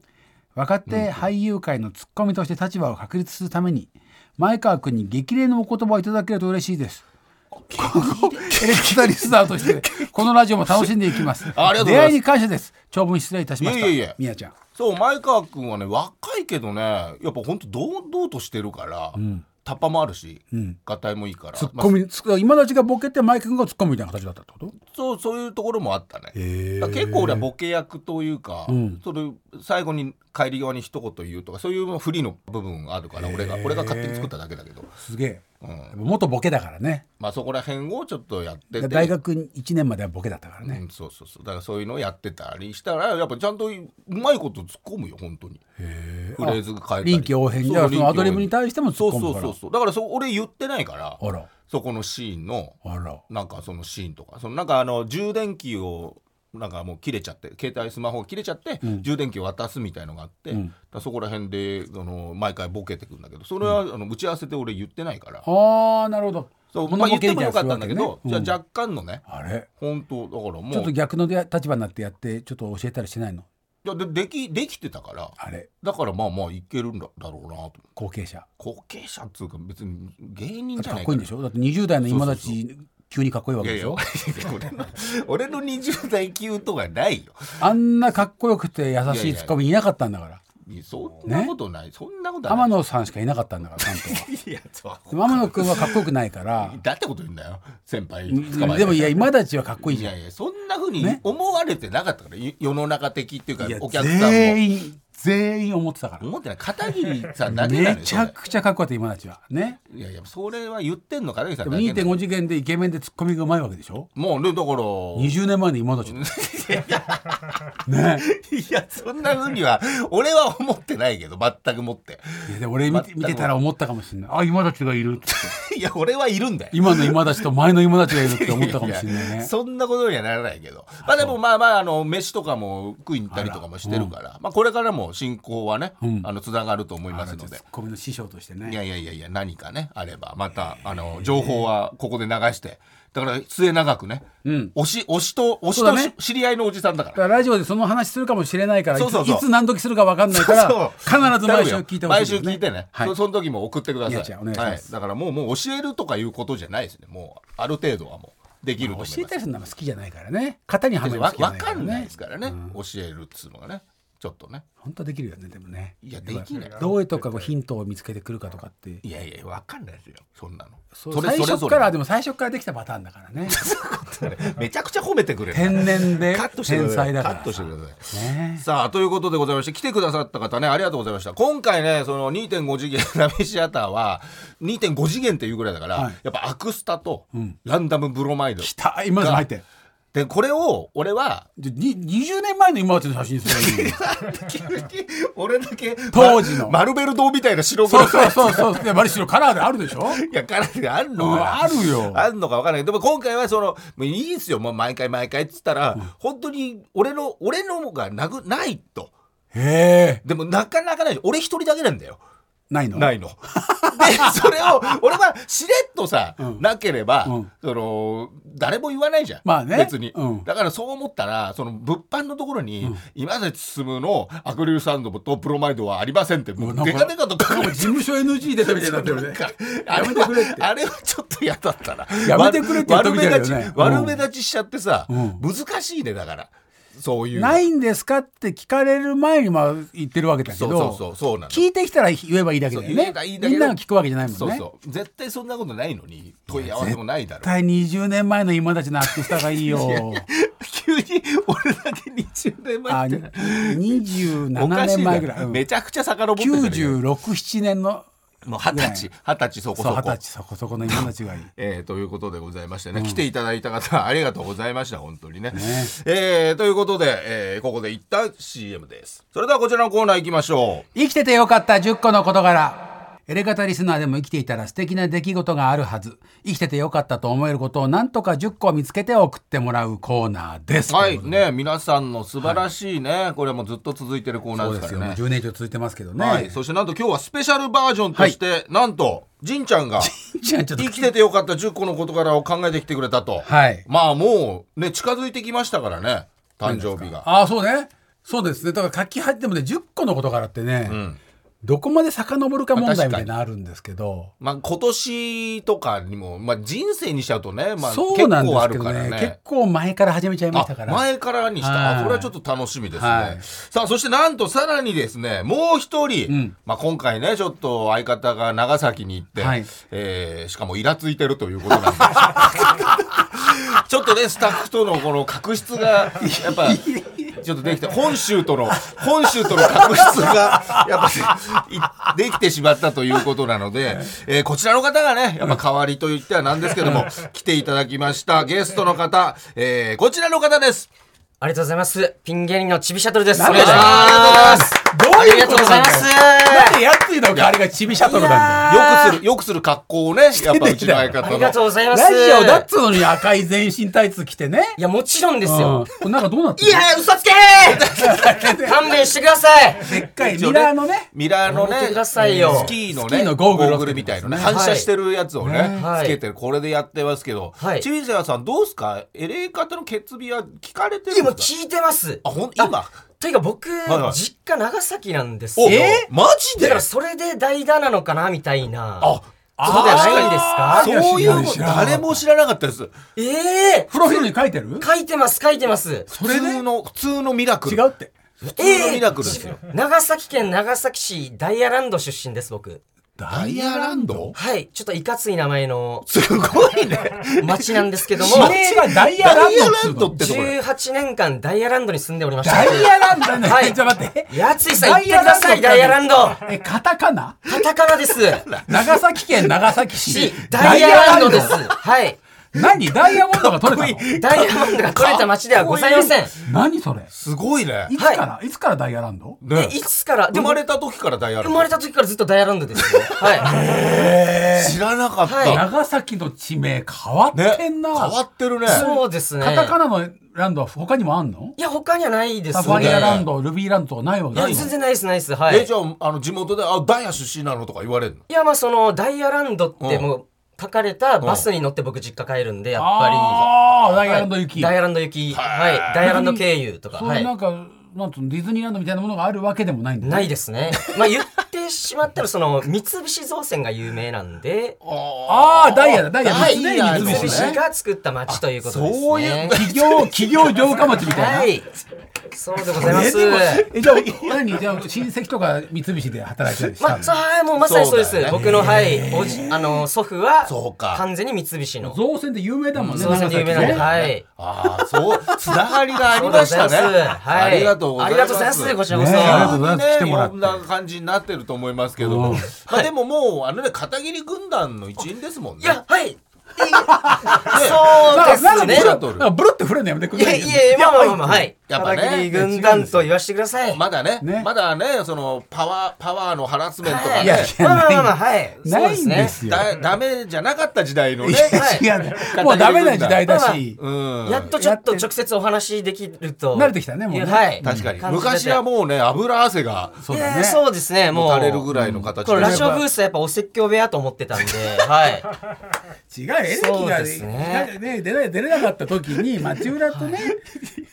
[SPEAKER 2] 若手俳優界のツッコミとして立場を確立するために前川君に激励のお言葉をいただけると嬉しいです。エレキタリスナーとしてこのラジオも楽しんでいきます。
[SPEAKER 1] ありがとうございます
[SPEAKER 2] 出会いに感謝です。長文失礼いたしました。
[SPEAKER 1] いえいえいえ
[SPEAKER 2] みやちゃん。
[SPEAKER 1] そう前川君はね若いけどねやっぱほんと堂々としてるから、タッパもあるし、合体もいいから
[SPEAKER 2] ツッ
[SPEAKER 1] まあ
[SPEAKER 2] コミ、ツッコ今立ちがボケて前川君がツッコミみたいな形だったってこと
[SPEAKER 1] そうそういうところもあったね、
[SPEAKER 2] へえ
[SPEAKER 1] だから結構俺はボケ役というか、それ最後に帰り際に一言言うとかそういう不利の部分があるから俺が俺が勝手に作っただけだけど、
[SPEAKER 2] すげえ。
[SPEAKER 1] うん
[SPEAKER 2] 元ボケだからね。
[SPEAKER 1] まあ、そこら辺をちょっとやってて
[SPEAKER 2] 大学1年まではボケだったからね。
[SPEAKER 1] うん、そうそうそうだからそういうのをやってたりしたらやっぱちゃんとうまいこと突っ込むよ本当にフレーズ変えたり
[SPEAKER 2] 臨機応変じゃあそのアドリブに対しても突っ込むから
[SPEAKER 1] そうそうそうそうだからそう俺言ってないから
[SPEAKER 2] あら、
[SPEAKER 1] そこのシーンの
[SPEAKER 2] あら。
[SPEAKER 1] なんかそのシーンとかそのなんかあの充電器をなんかもう切れちゃって携帯スマホが切れちゃって、充電器を渡すみたいのがあって、だからそこら辺であの毎回ボケてくんだけどそれは、あの打ち合わせで俺言ってないから
[SPEAKER 2] ああ、なるほど。
[SPEAKER 1] そう、ま
[SPEAKER 2] 物
[SPEAKER 1] あ、言
[SPEAKER 2] ボ
[SPEAKER 1] っ
[SPEAKER 2] ケ
[SPEAKER 1] て
[SPEAKER 2] み
[SPEAKER 1] も
[SPEAKER 2] い
[SPEAKER 1] よ
[SPEAKER 2] な
[SPEAKER 1] かったんだけ
[SPEAKER 2] するわ
[SPEAKER 1] ど、
[SPEAKER 2] ね
[SPEAKER 1] じゃあ若干のね
[SPEAKER 2] あれ
[SPEAKER 1] 本当だからもう
[SPEAKER 2] ちょっと逆ので立場になってやってちょっと教えたりしないの
[SPEAKER 1] いやでできできてたから
[SPEAKER 2] あれ
[SPEAKER 1] だからまあまあいけるんだだろうなと思って
[SPEAKER 2] 後継者
[SPEAKER 1] 後継者っつうか別に芸人
[SPEAKER 2] だ
[SPEAKER 1] じ
[SPEAKER 2] って
[SPEAKER 1] ゃ
[SPEAKER 2] か
[SPEAKER 1] な
[SPEAKER 2] っ
[SPEAKER 1] い
[SPEAKER 2] こいいんでしょだって20代の今立
[SPEAKER 1] そう
[SPEAKER 2] ち急にかっこいいわ
[SPEAKER 1] い
[SPEAKER 2] け
[SPEAKER 1] やい
[SPEAKER 2] でし
[SPEAKER 1] や
[SPEAKER 2] ょ
[SPEAKER 1] 俺の俺の20代級とかないよ
[SPEAKER 2] あんなかっこよくて優しいツッコミいなかったんだから
[SPEAKER 1] そんなことない、そんなことない
[SPEAKER 2] 天野さんしかいなかったんだか ら担当は
[SPEAKER 1] いやそう
[SPEAKER 2] でも天野君はかっこよくないから
[SPEAKER 1] だってこと言うんだよ先輩 捕まえて
[SPEAKER 2] でもいや今立ちはかっこいい
[SPEAKER 1] い
[SPEAKER 2] じゃん
[SPEAKER 1] やいやそんなふうに
[SPEAKER 2] ね
[SPEAKER 1] 思われてなかったから、い世の中的っていうか
[SPEAKER 2] いや
[SPEAKER 1] お客さんも
[SPEAKER 2] 全員全員思ってたか
[SPEAKER 1] 思ってない片桐さんだ
[SPEAKER 2] ら
[SPEAKER 1] けな
[SPEAKER 2] め
[SPEAKER 1] のよ
[SPEAKER 2] ち
[SPEAKER 1] そ
[SPEAKER 2] ゃ
[SPEAKER 1] れ
[SPEAKER 2] くちゃかっこよかった今立ちはね
[SPEAKER 1] いやいやそれは言ってんの片桐さ
[SPEAKER 2] で
[SPEAKER 1] ん
[SPEAKER 2] も
[SPEAKER 1] だけなの
[SPEAKER 2] 2.5次元でイケメンでツッコミがうまいわけでしょ
[SPEAKER 1] もうねだから
[SPEAKER 2] 20年前の今 立ちね
[SPEAKER 1] いや、そんな風には、俺は思ってないけど、全くもって。
[SPEAKER 2] いやでも俺見て見てたら思ったかもしれないあ今立ちがいるって
[SPEAKER 1] いや、俺はいるんだよ。
[SPEAKER 2] 今の今立ちと前の今立ちがいるって思ったかもしれない
[SPEAKER 1] い
[SPEAKER 2] ね
[SPEAKER 1] や そんなことにはならないけど。まあでもまあまあ、あの、飯とかも食いに行ったりとかもしてるから、まあこれからも進行はね、あの、つながると思いますの
[SPEAKER 2] ツ
[SPEAKER 1] で
[SPEAKER 2] ッ。コミの師匠としてね
[SPEAKER 1] いやいやいやいや、何かね、あれば、また、あの、情報はここで流して、だから末永くね、推し、推しと、推し
[SPEAKER 2] そうだ
[SPEAKER 1] と
[SPEAKER 2] ね
[SPEAKER 1] し知り合いのおじさんだか。
[SPEAKER 2] だかららラジオでその話するかもしれないからいつ
[SPEAKER 1] そうそうそう
[SPEAKER 2] いつ何時するか分かんな いから必ず毎週聞いてほし
[SPEAKER 1] 毎
[SPEAKER 2] いです
[SPEAKER 1] 週聞いてね、
[SPEAKER 2] はい
[SPEAKER 1] そその時も送ってください
[SPEAKER 2] 宮地お願いします
[SPEAKER 1] はい、だからもうもう教えるとかいうことじゃないですねもうある程度はもうできると思います
[SPEAKER 2] 教えたりするのは好きじゃないからね型にはまるの
[SPEAKER 1] わ
[SPEAKER 2] 好きじゃ
[SPEAKER 1] わ
[SPEAKER 2] ない
[SPEAKER 1] かんないです
[SPEAKER 2] らね
[SPEAKER 1] からね、教えるっつうのがねちょっとね
[SPEAKER 2] 本当はできるよねでもね
[SPEAKER 1] いやできない
[SPEAKER 2] どういうとこかこうヒントを見つけてくるかとかって
[SPEAKER 1] いやいやわかんないですよそんなの
[SPEAKER 2] そう
[SPEAKER 1] それ
[SPEAKER 2] 最
[SPEAKER 1] それ
[SPEAKER 2] 初
[SPEAKER 1] ぞ
[SPEAKER 2] か
[SPEAKER 1] れ
[SPEAKER 2] らでも最初からできたパターンだから ね
[SPEAKER 1] めちゃくちゃ褒めてくれる
[SPEAKER 2] 天然で
[SPEAKER 1] カットしてくだ
[SPEAKER 2] 天
[SPEAKER 1] さ
[SPEAKER 2] 才
[SPEAKER 1] い
[SPEAKER 2] だ
[SPEAKER 1] カ
[SPEAKER 2] から
[SPEAKER 1] ットしてください
[SPEAKER 2] ね
[SPEAKER 1] さあということでございまして来てくださった方ねありがとうございました今回ねその2.5次元ナビシアターは2.5次元っていうぐらいだから、
[SPEAKER 2] はい
[SPEAKER 1] やっぱアクスタとランダムブロマイド、
[SPEAKER 2] 来た今の入って
[SPEAKER 1] でこれを俺は
[SPEAKER 2] じゃに20年前の今立ちの写真すればいいよ
[SPEAKER 1] 急に俺だけ
[SPEAKER 2] 当時の
[SPEAKER 1] まマルベル堂みたいな白
[SPEAKER 2] そ
[SPEAKER 1] 黒
[SPEAKER 2] うそうそうそういやマリシロカラーであるでしょ
[SPEAKER 1] いやからであるのか
[SPEAKER 2] うん
[SPEAKER 1] な
[SPEAKER 2] あるよ
[SPEAKER 1] あるのか分からないけどでも今回はそのもういいですよもう毎回毎回っつったら、本当に俺の俺のがなくないと
[SPEAKER 2] へえ
[SPEAKER 1] でもなかなかない俺一人だけなんだよ
[SPEAKER 2] ないの
[SPEAKER 1] ないの。で、それを、俺はしれっとさ、
[SPEAKER 2] うん
[SPEAKER 1] なければ、
[SPEAKER 2] うん
[SPEAKER 1] その、誰も言わないじゃん。
[SPEAKER 2] まあね
[SPEAKER 1] 別に、
[SPEAKER 2] うん
[SPEAKER 1] だからそう思ったら、その、物販のところに、今で進むのアクリルスタンドとプロマイドはありませんって、も
[SPEAKER 2] も
[SPEAKER 1] う
[SPEAKER 2] う
[SPEAKER 1] デ
[SPEAKER 2] なん
[SPEAKER 1] カ
[SPEAKER 2] か
[SPEAKER 1] デカと書か
[SPEAKER 2] なん
[SPEAKER 1] れ
[SPEAKER 2] か
[SPEAKER 1] て
[SPEAKER 2] 事務所 NG 出たみたいになってるね
[SPEAKER 1] あ
[SPEAKER 2] や
[SPEAKER 1] れ
[SPEAKER 2] めてくれって
[SPEAKER 1] はあれはちょっと嫌だったな。
[SPEAKER 2] やめてくれって言った
[SPEAKER 1] 悪
[SPEAKER 2] み
[SPEAKER 1] 目
[SPEAKER 2] たいだよ
[SPEAKER 1] 立
[SPEAKER 2] ね
[SPEAKER 1] ち、
[SPEAKER 2] うん
[SPEAKER 1] 悪目立ちしちゃってさ、
[SPEAKER 2] うん
[SPEAKER 1] 難しいね、だから。そういうの。
[SPEAKER 2] ないんですかって聞かれる前にまあ言ってるわけだけ
[SPEAKER 1] そ
[SPEAKER 2] ど
[SPEAKER 1] うそうそう、そうなの。
[SPEAKER 2] 聞いてきたら言えばいいだけだよ
[SPEAKER 1] そう言え
[SPEAKER 2] ね
[SPEAKER 1] ばいいだけ
[SPEAKER 2] み
[SPEAKER 1] ど
[SPEAKER 2] んなが聞くわけじゃないもんね
[SPEAKER 1] そうそう。絶対そんなことないのに、問い合わせもないだろう
[SPEAKER 2] 絶。対20年前の今たちのアップスターがいいよ
[SPEAKER 1] 急に俺だけ20年
[SPEAKER 2] あ
[SPEAKER 1] 前ってお
[SPEAKER 2] 27
[SPEAKER 1] かしい
[SPEAKER 2] 年
[SPEAKER 1] な
[SPEAKER 2] 前ぐらい、うん
[SPEAKER 1] めちゃくちゃ遡ってるよ
[SPEAKER 2] 967年の
[SPEAKER 1] もう二十歳二十歳そこ
[SPEAKER 2] そう
[SPEAKER 1] そこ
[SPEAKER 2] 二十歳そこそこの今たちがいい
[SPEAKER 1] えーということでございましてね、来ていただいた方 ありがとうございました本当にねえーということで、えーここで一旦 CM ですそれではこちらのコーナー行きましょ
[SPEAKER 2] 生きててよかった10個の事柄エレガタリスナーでも生きていたら素敵な出来事があるはず生きててよかったと思えることを何とか10個見つけて送ってもらうコーナーです
[SPEAKER 1] うはい
[SPEAKER 2] とうことで
[SPEAKER 1] ね皆さんの素晴らしいね、これはもうずっと続いてるコーナ
[SPEAKER 2] そ
[SPEAKER 1] ー
[SPEAKER 2] うで
[SPEAKER 1] ですす
[SPEAKER 2] よ
[SPEAKER 1] か
[SPEAKER 2] も
[SPEAKER 1] ら
[SPEAKER 2] う
[SPEAKER 1] ね
[SPEAKER 2] 10年以上続いてますけどね、
[SPEAKER 1] はいそしてなんと今日はスペシャルバージョンとして、なんとじんちゃんが
[SPEAKER 2] じゃ あちょっと
[SPEAKER 1] 生きててよかった10個の事柄を考えてきてくれたと、
[SPEAKER 2] はい
[SPEAKER 1] まあもうね近づいてきましたからね誕生日が
[SPEAKER 2] ああそうねそうですねだから書き入ってもね10個の事柄ってね、
[SPEAKER 1] ん
[SPEAKER 2] どこまで遡るか問
[SPEAKER 1] まあ
[SPEAKER 2] 題みたい
[SPEAKER 1] 確かに
[SPEAKER 2] なのあるんですけど、
[SPEAKER 1] まあ今年とかにも、まあ、人生にしちゃうとね、まあ、結
[SPEAKER 2] そうなんで
[SPEAKER 1] 構あ
[SPEAKER 2] すけ
[SPEAKER 1] る
[SPEAKER 2] ど
[SPEAKER 1] から
[SPEAKER 2] ね
[SPEAKER 1] ね
[SPEAKER 2] 結構前から始めちゃいま
[SPEAKER 1] あ
[SPEAKER 2] したから
[SPEAKER 1] 前からにした、
[SPEAKER 2] はい
[SPEAKER 1] あこれはちょっと楽しみですね、
[SPEAKER 2] はい
[SPEAKER 1] さあそしてなんとさらにですねもう一人、
[SPEAKER 2] ん
[SPEAKER 1] まあ、今回ねちょっと相方が長崎に行って、
[SPEAKER 2] はい
[SPEAKER 1] えーしかもイラついてるということなんで ちょっとねスタッフとのこの確執がやっぱちょっとできて本州との本州との確執がやっぱねいできてしまったということなので、えーこちらの方がねやっぱ代わりと言ってはなんですけども来ていただきましたゲストの方、えーこちらの方です
[SPEAKER 4] ありがとうございます。ピン芸人のちびシャトルです。
[SPEAKER 2] なん
[SPEAKER 4] お
[SPEAKER 2] で
[SPEAKER 4] 願いします。
[SPEAKER 2] どういうことなんだよ
[SPEAKER 4] あ
[SPEAKER 2] なんでやついのかあれがチビシャトルなん
[SPEAKER 1] よ
[SPEAKER 2] だよ
[SPEAKER 1] くする、よくする格好をね、やっぱうちの相方
[SPEAKER 4] りがとう
[SPEAKER 1] の。
[SPEAKER 4] ござい
[SPEAKER 2] ラ
[SPEAKER 4] ま
[SPEAKER 2] ジ
[SPEAKER 4] す。ありがとうございます。
[SPEAKER 2] オだっつうのに赤い全身タイツ着てね
[SPEAKER 4] いや、もちろんです
[SPEAKER 2] うん
[SPEAKER 4] よ。
[SPEAKER 2] これなんかどうなって
[SPEAKER 4] い
[SPEAKER 2] る
[SPEAKER 4] や、嘘つけー勘弁してください。
[SPEAKER 2] でっかいミラーのね
[SPEAKER 1] ミラーのね
[SPEAKER 4] やめ、てくださいよ
[SPEAKER 1] スキーの
[SPEAKER 2] スキ
[SPEAKER 1] ね、
[SPEAKER 2] ーのゴーグル
[SPEAKER 1] ゴーグルみたいなね、
[SPEAKER 4] はい
[SPEAKER 1] 反射してるやつをね、
[SPEAKER 4] はい
[SPEAKER 1] つけてる、これでやってますけど
[SPEAKER 4] は、い
[SPEAKER 1] チビゼアさんどうすかエレカタの決備は聞かれてる
[SPEAKER 4] 今
[SPEAKER 1] んですか
[SPEAKER 4] 聞いてます。
[SPEAKER 1] あ、ほん、今
[SPEAKER 4] というか僕、
[SPEAKER 1] はい
[SPEAKER 4] 実家長崎なんです
[SPEAKER 1] お
[SPEAKER 4] よ。
[SPEAKER 1] マジ
[SPEAKER 4] だ
[SPEAKER 1] で
[SPEAKER 4] からそれで代打なのかなみたいな。
[SPEAKER 1] あ、
[SPEAKER 4] そうではないんです
[SPEAKER 1] あ
[SPEAKER 4] か
[SPEAKER 2] ー
[SPEAKER 1] そういうの
[SPEAKER 2] 知らなかった
[SPEAKER 1] 誰も知らなかったです。
[SPEAKER 4] ええ
[SPEAKER 2] プロフィールに書いてる
[SPEAKER 4] 書いてます、書いてます。
[SPEAKER 1] 普通の、普通のミラク
[SPEAKER 2] 違
[SPEAKER 1] ル。
[SPEAKER 2] うって
[SPEAKER 1] 普通のミラクルですよ。
[SPEAKER 4] 長崎県長崎市ダイヤランド出身です、僕。
[SPEAKER 1] ダイヤランド
[SPEAKER 4] はい、ちょっといかつい名前の
[SPEAKER 1] すごいね。
[SPEAKER 4] 町なんですけども
[SPEAKER 2] 地、名がダイヤランドっつうの
[SPEAKER 1] ダイヤランドってとこれ。
[SPEAKER 4] 18年間ダイヤランドに住んでおりました。
[SPEAKER 2] ダイヤランドね、
[SPEAKER 4] はい
[SPEAKER 2] ちょっと待って
[SPEAKER 4] やついさん、言ってください、ダイヤランド。
[SPEAKER 2] えカタカナ
[SPEAKER 4] カタカナです。
[SPEAKER 2] 長崎県長崎市
[SPEAKER 4] し、ダイヤランドです。
[SPEAKER 2] ダイヤラン
[SPEAKER 4] はい。
[SPEAKER 2] ド何ダイヤモンドが取れたの
[SPEAKER 4] ダイヤランドが取れた町ではございません。
[SPEAKER 2] 何それ
[SPEAKER 1] すごいね
[SPEAKER 2] い。つから、い、つからダイヤランド
[SPEAKER 1] ね
[SPEAKER 4] えいつから、で
[SPEAKER 1] 生
[SPEAKER 4] も
[SPEAKER 1] まれた時からダイヤラン
[SPEAKER 4] 生
[SPEAKER 1] ド。
[SPEAKER 4] まれた時からずっとダイヤランドですよ。はい。
[SPEAKER 1] 知らなかった。
[SPEAKER 4] はい
[SPEAKER 2] 長崎の地名変わ
[SPEAKER 1] ね、
[SPEAKER 2] ってんな、
[SPEAKER 1] 変わってるね。
[SPEAKER 4] そうですね。
[SPEAKER 2] カタカナのランドは他にもあんの
[SPEAKER 4] いや、他にはないです
[SPEAKER 2] サ
[SPEAKER 4] ね。
[SPEAKER 2] ファリアラン
[SPEAKER 4] ド。
[SPEAKER 2] ド、ルビーランドとかないわけ
[SPEAKER 4] いや、
[SPEAKER 2] ないの
[SPEAKER 4] 全然ないです、ないです。はい。
[SPEAKER 1] え、じゃあ、あの、地元で、あ、ダイヤ出身なのとか言われるの
[SPEAKER 4] いやまあそのダイヤランドっ
[SPEAKER 1] う
[SPEAKER 4] て
[SPEAKER 1] ん
[SPEAKER 4] もう書かれたバスに乗って僕実家帰るんでやっぱり
[SPEAKER 2] あー
[SPEAKER 4] は
[SPEAKER 2] ダ
[SPEAKER 4] い
[SPEAKER 2] イヤランド行き
[SPEAKER 4] ダイヤランド行きはいダイヤランド経由とか
[SPEAKER 2] そう
[SPEAKER 4] は
[SPEAKER 2] いうないんか、なんつうのディズニーランドみたいなものがあるわけでもないんだ
[SPEAKER 4] ないですねまあ言ってしまったらその三菱造船が有名なんで
[SPEAKER 2] ああーダイヤだダイヤ
[SPEAKER 1] ダイ
[SPEAKER 2] 常
[SPEAKER 1] ヤ
[SPEAKER 2] に三
[SPEAKER 4] 三
[SPEAKER 1] そうです
[SPEAKER 4] 菱
[SPEAKER 2] 菱ね
[SPEAKER 4] が作った町ということですね
[SPEAKER 1] そういう
[SPEAKER 2] 企業企業城下町みたいな、
[SPEAKER 4] はいそうでございます
[SPEAKER 2] えじゃあ何じゃあ親戚とか三菱で働いてたりした
[SPEAKER 4] ま
[SPEAKER 2] の
[SPEAKER 4] あ、そうはい、もうまさにそうです。
[SPEAKER 1] そうだよね
[SPEAKER 4] 僕の、はい、おじ、あの、祖父は
[SPEAKER 1] そうか、
[SPEAKER 4] 完全に三菱の、
[SPEAKER 2] 造船で有名だもんね
[SPEAKER 4] 造船で有名なんで、
[SPEAKER 2] 長崎ね
[SPEAKER 4] はい。
[SPEAKER 1] ああ、そう、つながりがありましたね。
[SPEAKER 4] そうでございますはい
[SPEAKER 1] ありがとうございます。
[SPEAKER 4] ありがとうございますこちらこそ
[SPEAKER 2] ねえありがとうございます来て
[SPEAKER 1] い
[SPEAKER 2] もら
[SPEAKER 1] ろ
[SPEAKER 2] って
[SPEAKER 1] んな感じになってると思いますけど
[SPEAKER 2] う
[SPEAKER 1] も
[SPEAKER 2] ん。
[SPEAKER 1] まあでももう、あのね、片桐軍団の一員ですもんね。
[SPEAKER 4] いや、はい。
[SPEAKER 1] ね
[SPEAKER 4] そうです
[SPEAKER 2] なんか
[SPEAKER 4] ね。
[SPEAKER 2] なんかブルって触れるのやめてく
[SPEAKER 4] い
[SPEAKER 2] れな
[SPEAKER 4] や
[SPEAKER 2] い
[SPEAKER 4] いや、まあまあまあまあ、はい。
[SPEAKER 1] やっぱ
[SPEAKER 4] 片桐
[SPEAKER 1] ね
[SPEAKER 4] 軍団と言わせてください。
[SPEAKER 1] まだね
[SPEAKER 2] ね
[SPEAKER 1] まだねそのパワーパワーのハラスメント
[SPEAKER 4] は
[SPEAKER 1] が
[SPEAKER 4] い、
[SPEAKER 2] いや
[SPEAKER 1] ね
[SPEAKER 2] い
[SPEAKER 4] まあまあまあまあ、はい。そう
[SPEAKER 2] ない
[SPEAKER 4] です
[SPEAKER 2] んで
[SPEAKER 4] ね。
[SPEAKER 2] すよ。
[SPEAKER 1] だダメじゃなかった時代のね
[SPEAKER 4] はい
[SPEAKER 2] いや、もうダメな時代だし。
[SPEAKER 1] うん
[SPEAKER 4] やっとちょっと直接お話できると。
[SPEAKER 2] 慣れてきたねもうね
[SPEAKER 4] いやはい。
[SPEAKER 1] 確かに
[SPEAKER 4] 感じてて
[SPEAKER 1] 昔はもうね油汗が
[SPEAKER 2] そう
[SPEAKER 4] い
[SPEAKER 2] だ
[SPEAKER 4] や
[SPEAKER 2] ね。
[SPEAKER 4] そうですね。もう。
[SPEAKER 1] もたれるぐらいの形
[SPEAKER 4] これラジオブ
[SPEAKER 1] ス
[SPEAKER 4] ースはやっぱお説教部屋と思ってたんで、はい。
[SPEAKER 2] 違うよエレキが
[SPEAKER 4] そうで
[SPEAKER 2] ね
[SPEAKER 4] すね
[SPEAKER 2] ね出れ出れなかった時に町浦とね、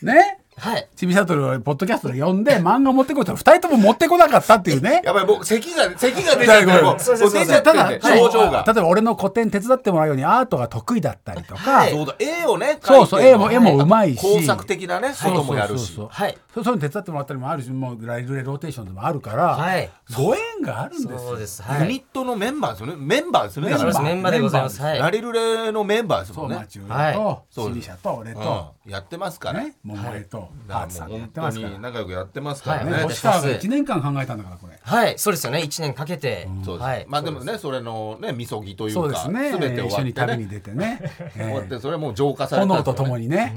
[SPEAKER 2] ね
[SPEAKER 4] はい。
[SPEAKER 2] ちびさとるをポッドキャストで呼んで漫画持ってこいと二人とも持ってこなかったっていうね。
[SPEAKER 1] やばい僕咳が咳が出ちゃって
[SPEAKER 2] ごめん
[SPEAKER 1] もうもう
[SPEAKER 4] そうそうそう
[SPEAKER 1] 出ちゃって
[SPEAKER 2] た
[SPEAKER 1] ん
[SPEAKER 2] だ
[SPEAKER 1] で症状が
[SPEAKER 2] 例えば俺の個展手伝ってもらうようにアートが得意だったりとか、
[SPEAKER 4] はい
[SPEAKER 1] そうだ絵をね
[SPEAKER 2] そうそう
[SPEAKER 1] 描いて
[SPEAKER 2] 絵も絵もうまいし
[SPEAKER 1] 工作的なねこともやるし
[SPEAKER 2] そうそうそう
[SPEAKER 4] はい。
[SPEAKER 2] そうそういうの手伝ってもらったりもあるしもうライブレローテーションでもあるから、
[SPEAKER 4] はい。
[SPEAKER 2] ご縁があるんですよ
[SPEAKER 4] そうです。は
[SPEAKER 1] ユ
[SPEAKER 4] い。
[SPEAKER 1] ニットのメンバーですよねメンバーですよね
[SPEAKER 2] メン
[SPEAKER 1] だ
[SPEAKER 2] バ
[SPEAKER 1] から
[SPEAKER 4] そうですメンバーでございます。はい。
[SPEAKER 1] ラリルレのメンバーです
[SPEAKER 2] そ
[SPEAKER 1] も
[SPEAKER 2] うん
[SPEAKER 1] ね
[SPEAKER 2] 町浦とちびさと俺と、
[SPEAKER 1] うんやってますから
[SPEAKER 2] ね桃江と
[SPEAKER 1] だ
[SPEAKER 2] ハ
[SPEAKER 1] から
[SPEAKER 2] ー
[SPEAKER 1] も
[SPEAKER 2] ツさん
[SPEAKER 1] う本
[SPEAKER 2] がやって
[SPEAKER 1] 当
[SPEAKER 2] ますから
[SPEAKER 1] に仲良くやってますから
[SPEAKER 4] 当に
[SPEAKER 1] ね
[SPEAKER 2] ね
[SPEAKER 4] はい
[SPEAKER 2] 星川が1年間考えたんだからこれ
[SPEAKER 4] はい。そうですよね。一年かけて。
[SPEAKER 1] そうです
[SPEAKER 4] はい。
[SPEAKER 1] まあでもねそれのねみそぎとい
[SPEAKER 2] そう
[SPEAKER 1] う
[SPEAKER 2] で
[SPEAKER 1] か
[SPEAKER 2] す
[SPEAKER 1] 全
[SPEAKER 2] ね
[SPEAKER 1] て
[SPEAKER 2] 一緒
[SPEAKER 1] 終
[SPEAKER 2] に
[SPEAKER 1] わって
[SPEAKER 2] 旅に
[SPEAKER 1] ね
[SPEAKER 2] 出てね、え
[SPEAKER 1] 終わっ
[SPEAKER 2] ー
[SPEAKER 1] てそれはもう浄 化されたん
[SPEAKER 2] 炎
[SPEAKER 1] ですよ
[SPEAKER 2] と
[SPEAKER 1] ね
[SPEAKER 2] ともにね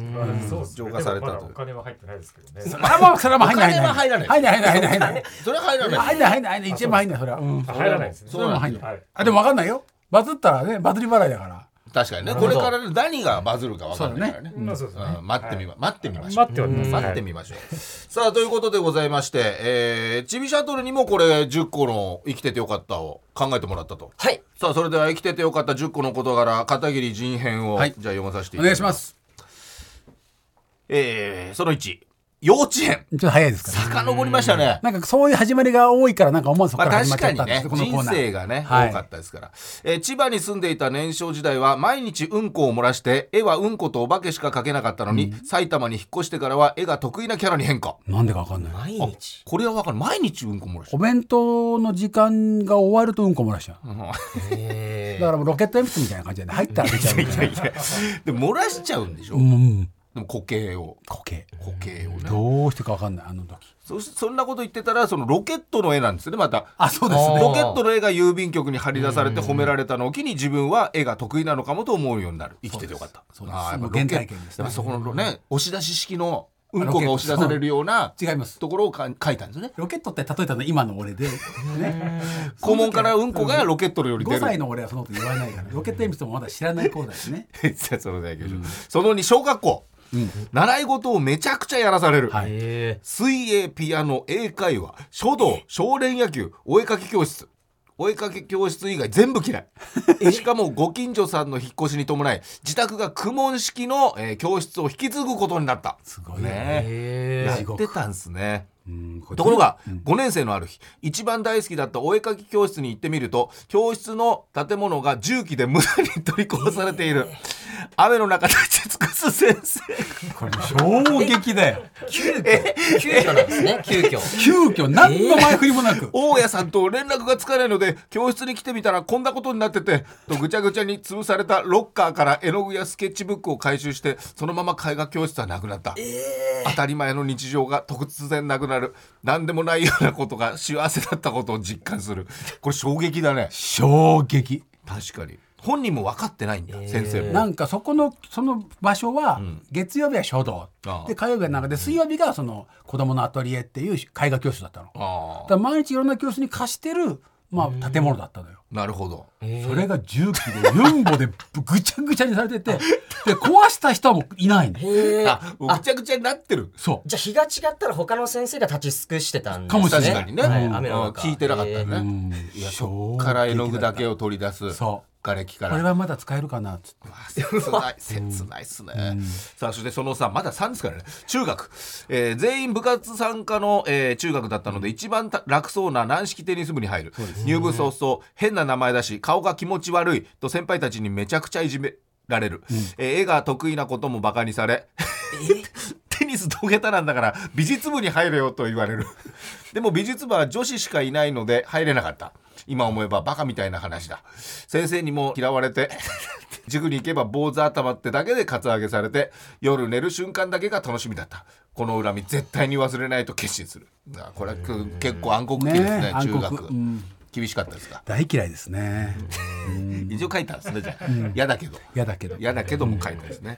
[SPEAKER 5] そうです
[SPEAKER 1] 浄
[SPEAKER 5] ね。
[SPEAKER 1] 化された
[SPEAKER 5] でもま
[SPEAKER 1] と
[SPEAKER 5] だお金は入ってないですけどね。
[SPEAKER 2] まあまあそれはもう入んない
[SPEAKER 1] お金は入らない
[SPEAKER 2] 入んない入んない入んない
[SPEAKER 1] それは入らない
[SPEAKER 2] 入んない入んない入んない入んない一円も入んないそれはうん
[SPEAKER 5] あ入らないですね。
[SPEAKER 1] そ
[SPEAKER 2] それも入ん
[SPEAKER 5] は
[SPEAKER 2] ないいあでも分かんないよバズったらねバズり払いだから
[SPEAKER 1] 確かにね
[SPEAKER 4] な
[SPEAKER 1] こ
[SPEAKER 4] るほ
[SPEAKER 1] れ
[SPEAKER 4] ど
[SPEAKER 1] から何がバズるか分からないからね
[SPEAKER 5] うんまあそうですね
[SPEAKER 1] うん待ってみま待ってみましょう
[SPEAKER 5] 待ってはみます
[SPEAKER 1] 待ってみましょうさあということでございましてえーチビシャトルにもこれ10個の生きててよかったを考えてもらったと
[SPEAKER 4] はい。
[SPEAKER 1] さあそれでは生きててよかった10個の事柄片桐仁編を、
[SPEAKER 2] はい
[SPEAKER 1] じゃあ読まさせて、
[SPEAKER 2] お願いしますす
[SPEAKER 1] えーその1幼稚園
[SPEAKER 2] ちょっと早いですから
[SPEAKER 1] 遡りましたね
[SPEAKER 2] なんかそういう始まりが多いからなんか思わずそこ
[SPEAKER 1] まあ、
[SPEAKER 2] から始ま
[SPEAKER 1] 確
[SPEAKER 2] っち
[SPEAKER 1] か
[SPEAKER 2] ゃっ
[SPEAKER 1] にね
[SPEAKER 2] たんですけどこの
[SPEAKER 1] 人
[SPEAKER 2] コーナー
[SPEAKER 1] 生がね、
[SPEAKER 2] はい
[SPEAKER 1] 多かったですから、えー千葉に住んでいた年少時代は毎日うんこを漏らして絵はうんことお化けしか描けなかったのに、埼玉に引っ越してからは絵が得意なキャラに変化
[SPEAKER 2] なんでか分かんない
[SPEAKER 4] 毎日。
[SPEAKER 1] これは分かる毎日うんこ漏らして
[SPEAKER 2] お弁当の時間が終わるとうんこ漏らしちゃう
[SPEAKER 4] え
[SPEAKER 2] だからもうロケット鉛筆みたいな感じで入ったら出ちゃうみたいな
[SPEAKER 1] でも漏らしちゃうんでしょ、
[SPEAKER 2] うんうん
[SPEAKER 1] でも固形を
[SPEAKER 2] 固形
[SPEAKER 1] 固形をね
[SPEAKER 2] どうしてか分かんないあの時
[SPEAKER 1] そそんなこと言ってたらそのロケットの絵なんですよねまた
[SPEAKER 2] あそう
[SPEAKER 4] ですね
[SPEAKER 1] ロケットの絵が郵便局に貼り出されて褒められたのを機に自分は絵が得意なのかもと思うようになる生きててよかった
[SPEAKER 2] そうです
[SPEAKER 1] あーやっぱ
[SPEAKER 2] もう原体験です
[SPEAKER 1] ロケ
[SPEAKER 2] ね
[SPEAKER 1] やっぱそこのね押し出し式のうんこが押し出されるような
[SPEAKER 2] 違います
[SPEAKER 1] ところをか描いたんですね
[SPEAKER 2] ロケットって例えたの今の俺で、ね、
[SPEAKER 1] 肛門からうんこがロケットより出
[SPEAKER 2] 5
[SPEAKER 1] る
[SPEAKER 2] 歳の俺はそのこと言わないからロケット鉛筆もまだ知らない子だしね
[SPEAKER 1] じゃあそれではいきましょうその2小学校習い事をめちゃくちゃやらされる
[SPEAKER 2] はい
[SPEAKER 4] え
[SPEAKER 1] 水泳ピアノ英会話書道少年野球お絵かき教室お絵かき教室以外全部嫌 いしかもご近所さんの引っ越しに伴い自宅が公文式の、えー教室を引き継ぐことになった
[SPEAKER 2] すごい
[SPEAKER 1] ね
[SPEAKER 4] え
[SPEAKER 1] や
[SPEAKER 2] 地
[SPEAKER 1] っ
[SPEAKER 2] 獄
[SPEAKER 1] てたんすね
[SPEAKER 2] うん
[SPEAKER 1] ところが5年生のある日一番大好きだったお絵かき教室に行ってみると教室の建物が重機で無駄に取り壊されている雨の中立ち尽くす先生
[SPEAKER 2] これ衝撃だよ
[SPEAKER 4] 急遽。急遽なんで すね。急遽。
[SPEAKER 2] 急遽何の前振りもなく、
[SPEAKER 1] 大家さんと連絡がつかないので教室に来てみたらこんなことになっててとぐちゃぐちゃに潰されたロッカーから絵の具やスケッチブックを回収してそのまま絵画教室はなくなった、当たり前の日常が突然なくなる何でもないようなことが幸せだったことを実感するこれ衝撃だね
[SPEAKER 2] 衝撃
[SPEAKER 1] 確かに本人も分かってないんだ、先生も
[SPEAKER 2] なんかそこのその場所は月曜日は書道、
[SPEAKER 1] ああ
[SPEAKER 2] で火曜日はなんかで水曜日がその子供のアトリエっていう絵画教室だったのだか
[SPEAKER 1] あ
[SPEAKER 2] ら毎日いろんな教室に貸してる、まあ、建物だったのよ
[SPEAKER 1] あなるほど
[SPEAKER 2] それが重機でユンボ でぐちゃぐちゃにされててで壊した人はもういないの
[SPEAKER 4] ええ。
[SPEAKER 1] あもうぐちゃぐちゃになってる
[SPEAKER 2] そう
[SPEAKER 4] じゃあ日が違ったら他の先生が立ち尽くしてたんですね。
[SPEAKER 2] かもしれな
[SPEAKER 1] 確
[SPEAKER 2] い
[SPEAKER 1] かにね、
[SPEAKER 4] はい
[SPEAKER 1] うん
[SPEAKER 4] 雨の中
[SPEAKER 1] 聞いてなかったね、
[SPEAKER 4] え
[SPEAKER 1] いやそっから絵の具だけを取り出す
[SPEAKER 2] そ
[SPEAKER 1] 瓦礫か
[SPEAKER 2] こ
[SPEAKER 1] ら
[SPEAKER 2] れはまだ使えるかなっつって
[SPEAKER 1] 切ない切ないっすね、さあそしてそのさまだ3ですからね中学、えー全員部活参加の、えー中学だったので、一番た楽そうな軟式テニス部に入る入部早々変な名前だし顔が気持ち悪いと先輩たちにめちゃくちゃいじめられる、えー絵が得意なこともバカにされテニスど下手なんだから美術部に入れよと言われる でも美術部は女子しかいないので入れなかった今思えばバカみたいな話だ先生にも嫌われて 塾に行けば坊主頭ってだけでカツアゲされて夜寝る瞬間だけが楽しみだったこの恨み絶対に忘れないと決心するあこれは結構暗黒期ですね
[SPEAKER 2] ねえ
[SPEAKER 1] 中
[SPEAKER 2] 暗
[SPEAKER 1] 学
[SPEAKER 2] 黒うん
[SPEAKER 1] 厳しかったですか
[SPEAKER 2] 大嫌いですね
[SPEAKER 1] 一応書いたんですねじゃあ嫌だけど
[SPEAKER 2] 嫌だけど
[SPEAKER 1] 嫌だけども書いたんですね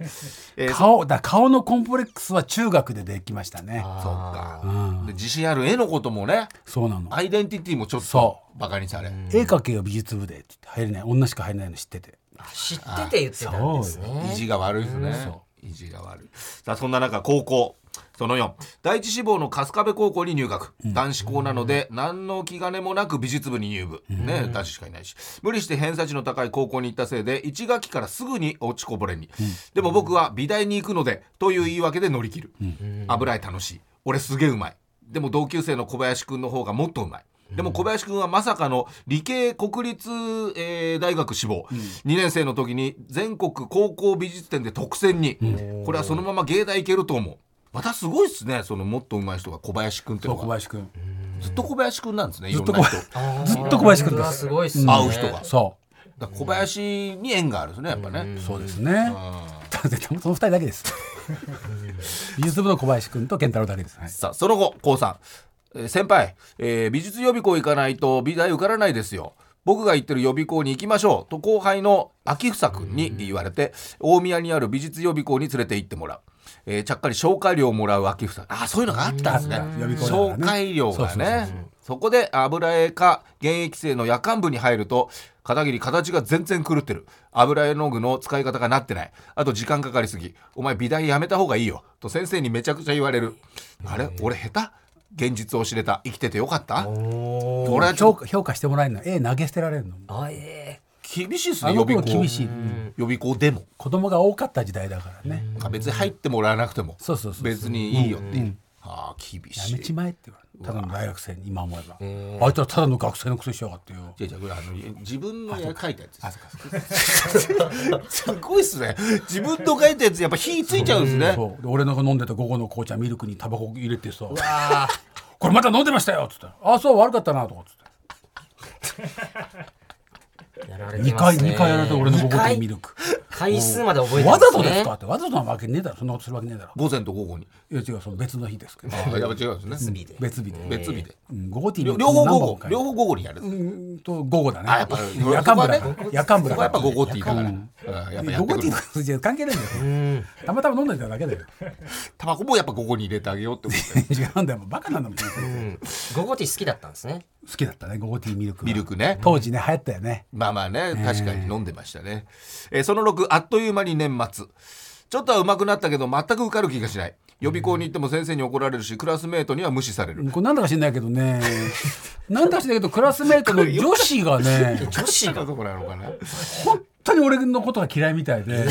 [SPEAKER 1] えーそ
[SPEAKER 2] 顔だ顔のコンプレックスは中学でできました
[SPEAKER 1] そ
[SPEAKER 2] ね
[SPEAKER 1] っかで自信ある絵のこともね
[SPEAKER 2] そうなの
[SPEAKER 1] アイデンティティもちょっと
[SPEAKER 2] そ
[SPEAKER 1] バカにされ
[SPEAKER 2] 絵描けよ美術部でって言って入れない女しか入れないの知ってて
[SPEAKER 4] 知ってて言ってたんです
[SPEAKER 1] 意
[SPEAKER 4] ね
[SPEAKER 1] 地が悪いですね意地が悪いさあそんな中高校その4第一志望の春日部高校に入学、男子校なので何の気兼ねもなく美術部に入部、ね男子しかいないし無理して偏差値の高い高校に行ったせいで1学期からすぐに落ちこぼれに、でも僕は美大に行くのでという言い訳で乗り切る、油絵楽しい俺すげえうまいでも同級生の小林くんの方がもっとうまいでも小林くんはまさかの理系国立、えー大学志望、2年生の時に全国高校美術展で特選に、これはそのまま芸大行けると思うまたすごいっすねそのもっと上手い人が小林くんって
[SPEAKER 2] そ
[SPEAKER 1] の
[SPEAKER 2] う小
[SPEAKER 1] が
[SPEAKER 2] 林くん
[SPEAKER 1] ずっと小林くんなんですねい
[SPEAKER 2] ず
[SPEAKER 1] ろ
[SPEAKER 2] っ
[SPEAKER 1] ん
[SPEAKER 2] と
[SPEAKER 1] な
[SPEAKER 2] 小
[SPEAKER 1] 人
[SPEAKER 2] 林ずっと小林くんで
[SPEAKER 4] は
[SPEAKER 2] す
[SPEAKER 4] すごいっすね
[SPEAKER 1] 会う人が
[SPEAKER 2] そ
[SPEAKER 1] だから小林に縁があるんですねやっぱね
[SPEAKER 2] うそうですねだってその二人だけです 美術部の小林くんと健太郎だけですはい
[SPEAKER 1] さあその後高さん、えー先輩、えー美術予備校行かないと美大受からないですよ僕が行ってる予備校に行きましょうと後輩の秋房君に言われて大宮にある美術予備校に連れて行ってもらう、えーちゃっかり紹介料をもらう秋房ああそういうのがあったんですね
[SPEAKER 2] うん
[SPEAKER 1] 紹介料が
[SPEAKER 2] そうそうそうそ
[SPEAKER 1] ねそこで油絵か現役生の夜間部に入ると片桐形が全然狂ってる油絵の具の使い方がなってないあと時間かかりすぎお前美大やめた方がいいよと先生にめちゃくちゃ言われるあれ俺下手現実を知れた生きててよかったこれはちょっ
[SPEAKER 2] 評
[SPEAKER 1] と
[SPEAKER 2] 価評価してもらえるの絵投げ捨てられるの
[SPEAKER 4] あえ
[SPEAKER 1] 厳しいです
[SPEAKER 2] あ
[SPEAKER 1] ね
[SPEAKER 2] の
[SPEAKER 1] 予備
[SPEAKER 2] 頃
[SPEAKER 1] 校
[SPEAKER 2] 厳しい
[SPEAKER 1] 予備校でも
[SPEAKER 2] 子供が多かった時代だからね
[SPEAKER 1] 別に入ってもらわなくても
[SPEAKER 2] そうそうそう
[SPEAKER 1] 別にいいよっていうああ厳し
[SPEAKER 2] やめち
[SPEAKER 1] い
[SPEAKER 2] まえって言われるただの大学生に今思えばあいつらただの学生のくせしやがってよ
[SPEAKER 1] じゃあじゃあこれあの自分の絵描いたやつです。すごいっすね。 自分の描いたやつやっぱ火ついちゃうんですね。
[SPEAKER 2] そうで俺の飲んでた午後の紅茶ミルクにタバコ入れてさ「これまた飲んでましたよ」っつって「ああそう悪かったな」とかっつって
[SPEAKER 4] えやられて
[SPEAKER 2] 2
[SPEAKER 4] ま
[SPEAKER 2] 回
[SPEAKER 4] すね
[SPEAKER 2] 2回やられて俺の午後
[SPEAKER 4] 二
[SPEAKER 2] で
[SPEAKER 4] 回
[SPEAKER 2] ミルク
[SPEAKER 4] 回数まで覚えて
[SPEAKER 2] わざとです
[SPEAKER 4] ね
[SPEAKER 2] かってわざとなわけねえだろそんなことするわけねえだろ
[SPEAKER 1] 午前と午後に。
[SPEAKER 2] いや違うその別の日ですけど
[SPEAKER 1] あやっぱ違うんですね。
[SPEAKER 2] 別日で
[SPEAKER 1] 別日で。
[SPEAKER 2] うん午後ティー
[SPEAKER 1] 両
[SPEAKER 2] に
[SPEAKER 1] 両方
[SPEAKER 2] 何
[SPEAKER 1] 午
[SPEAKER 2] 本
[SPEAKER 1] 後
[SPEAKER 2] か、や
[SPEAKER 1] 両
[SPEAKER 2] る
[SPEAKER 1] 方午後にやる。
[SPEAKER 2] うんと午後だね
[SPEAKER 1] あやっぱ
[SPEAKER 2] 夜間部だから夜間部
[SPEAKER 1] そこは
[SPEAKER 2] だか
[SPEAKER 1] や
[SPEAKER 2] ら
[SPEAKER 1] っぱ午後ティーだから。うんやっぱや
[SPEAKER 2] 午
[SPEAKER 1] ってく
[SPEAKER 2] 後ティー
[SPEAKER 1] る
[SPEAKER 2] の。数字は関係ないんだよたまたま飲んでただけだよ
[SPEAKER 1] タバコもやっぱ午後に入れてあげようって思って。
[SPEAKER 2] 違うんだよもうバカなんだもん
[SPEAKER 4] うん午後ティー好きだったんですね
[SPEAKER 2] 好きだったね午後ティーミルクは
[SPEAKER 1] ミルクね。
[SPEAKER 2] 当時ね流行ったよね
[SPEAKER 1] まあまあね、確かに飲んでましたね。えーその6、あっという間に年末。ちょっとは上手くなったけど、全く受かる気がしない。予備校に行っても先生に怒られるし、クラスメートには無視される。
[SPEAKER 2] これなんだか知んないけどね なんだか知んないけどクラスメートの女子が ね
[SPEAKER 1] 女子のとこなのかな。
[SPEAKER 2] 本当に俺のことが嫌いみたいで何だ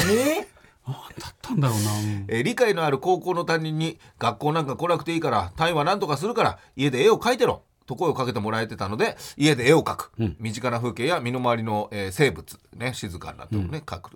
[SPEAKER 2] ったんだろうなうん
[SPEAKER 1] えー理解のある高校の担任に学校なんか来なくていいから単位は何とかするから家で絵を描いてろと声をかけてもらえてたので家で絵を描く、身近な風景や身の回りの、えー生物、ね、静かなところね、描く、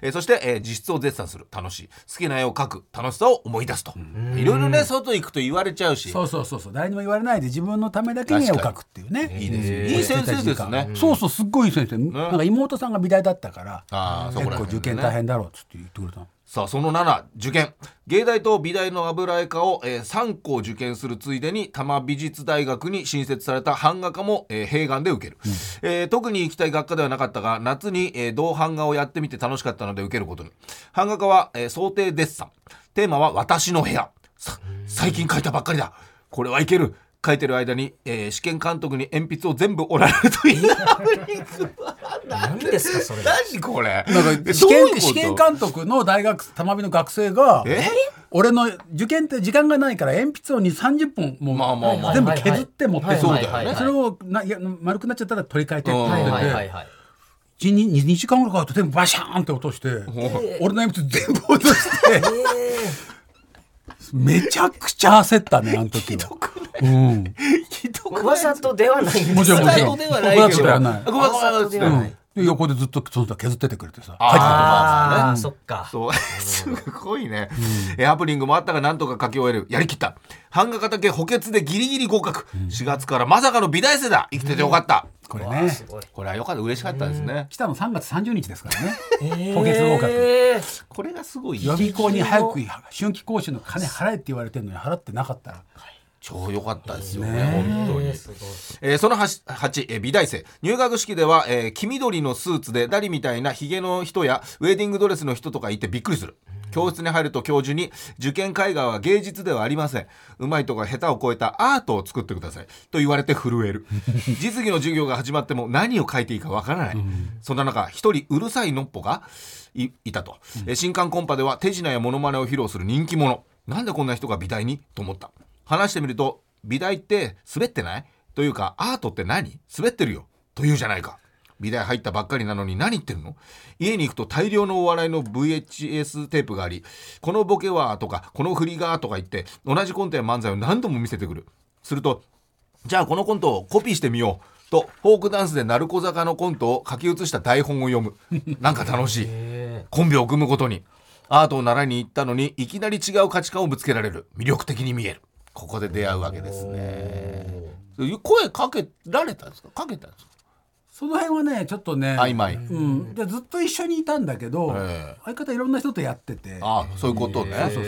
[SPEAKER 1] えーそして、えー実質を絶賛する楽しい好きな絵を描く楽しさを思い出すといろいろね外行くと言われちゃうし
[SPEAKER 2] そうそうそうそう誰にも言われないで自分のためだけに絵を描くっていうね
[SPEAKER 1] いいですよねいい先生ですね
[SPEAKER 2] そうそうすっごいいい先生なんか妹さんが美大だったから
[SPEAKER 1] あーそ
[SPEAKER 2] 結
[SPEAKER 1] こら
[SPEAKER 2] 構
[SPEAKER 1] 辺
[SPEAKER 2] 受
[SPEAKER 1] でね
[SPEAKER 2] 験大変だろうっつって言ってくれたの
[SPEAKER 1] さあその7受験芸大と美大の油絵科を、え3校受験するついでに多摩美術大学に新設された版画科も、えー併願で受ける、えー特に行きたい学科ではなかったが夏に、えー銅版画をやってみて楽しかったので受けることに版画科は、えー想定デッサンテーマは「私の部屋」さ最近描いたばっかりだこれはいける書いてる間に、えー試験監督に鉛筆を全部折られると いう
[SPEAKER 4] 何ですかそれ
[SPEAKER 1] 何これ
[SPEAKER 2] なん
[SPEAKER 1] え
[SPEAKER 2] か試
[SPEAKER 1] どういうこ
[SPEAKER 2] 験
[SPEAKER 1] と
[SPEAKER 2] 試験監督の大学玉美の学生が
[SPEAKER 1] え
[SPEAKER 2] 俺の受験って時間がないから鉛筆を2 30本もう、
[SPEAKER 1] まあまあまあ
[SPEAKER 2] 全部削って持って
[SPEAKER 1] はい
[SPEAKER 2] る、
[SPEAKER 4] はい
[SPEAKER 1] はいそうだよね
[SPEAKER 2] それをないや丸くなっちゃったら取り替えてって
[SPEAKER 1] うん
[SPEAKER 4] はい
[SPEAKER 2] 言
[SPEAKER 4] はい
[SPEAKER 2] っ
[SPEAKER 4] は
[SPEAKER 2] て
[SPEAKER 4] いはい
[SPEAKER 2] て12 2時間ぐらいかかって全部バシャーンって落として俺の鉛筆全部落としてめちゃくちゃ焦ったねあの時は。うん、
[SPEAKER 1] ひどくない
[SPEAKER 4] わざとではないんで
[SPEAKER 2] もち
[SPEAKER 4] す
[SPEAKER 2] ろんもちろ
[SPEAKER 1] わざ
[SPEAKER 2] ん
[SPEAKER 1] とではないけど
[SPEAKER 2] わざとではな
[SPEAKER 1] ごめ
[SPEAKER 2] い
[SPEAKER 1] んなさい
[SPEAKER 2] うんで横でずっとその人は削っててくれてさ
[SPEAKER 1] あー
[SPEAKER 2] 帰ってきた
[SPEAKER 4] ああそっか
[SPEAKER 1] そうすごいね、えハプニングもあったがなんとか書き終えるやりきった版画家だけ補欠でギリギリ合格、4月からまさかの美大生だ生きててよかった、
[SPEAKER 2] これね
[SPEAKER 4] すごい
[SPEAKER 1] これはよかった嬉しかったですね、
[SPEAKER 2] 来たの3月30日ですからね補欠合格。
[SPEAKER 4] えー
[SPEAKER 1] これがすごい
[SPEAKER 2] 予備校に早く春季講習の金払えって言われてるのに払ってなかったら
[SPEAKER 1] 超良かったですよね
[SPEAKER 2] ねえ
[SPEAKER 1] 本当に
[SPEAKER 4] すごい
[SPEAKER 1] えーその 8, 8えー美大生入学式では、えー黄緑のスーツでダリみたいなヒゲの人やウェディングドレスの人とかいてびっくりする教室に入ると教授に受験絵画は芸術ではありませんうまいとか下手を超えたアートを作ってくださいと言われて震える実技の授業が始まっても何を描いていいかわからない、そんな中一人うるさいのっぽがいいたと、えー新刊コンパでは手品やモノマネを披露する人気者なんでこんな人が美大にと思った話してみると美大って滑ってないというかアートって何滑ってるよというじゃないか美大入ったばっかりなのに何言ってるの家に行くと大量のお笑いの VHS テープがありこのボケはとかこの振りがとか言って同じコントや漫才を何度も見せてくるするとじゃあこのコントをコピーしてみようとフォークダンスで鳴子坂のコントを書き写した台本を読むなんか楽しいコンビを組むことにアートを習いに行ったのにいきなり違う価値観をぶつけられる魅力的に見えるここで出会うわけですね声かけられたんですかかけたんですか
[SPEAKER 2] その辺はねちょっとね
[SPEAKER 1] 曖昧、
[SPEAKER 2] うん、でずっと一緒にいたんだけど、
[SPEAKER 1] え
[SPEAKER 2] 相方いろんな人とやってて
[SPEAKER 1] ああそういうことね、
[SPEAKER 2] そう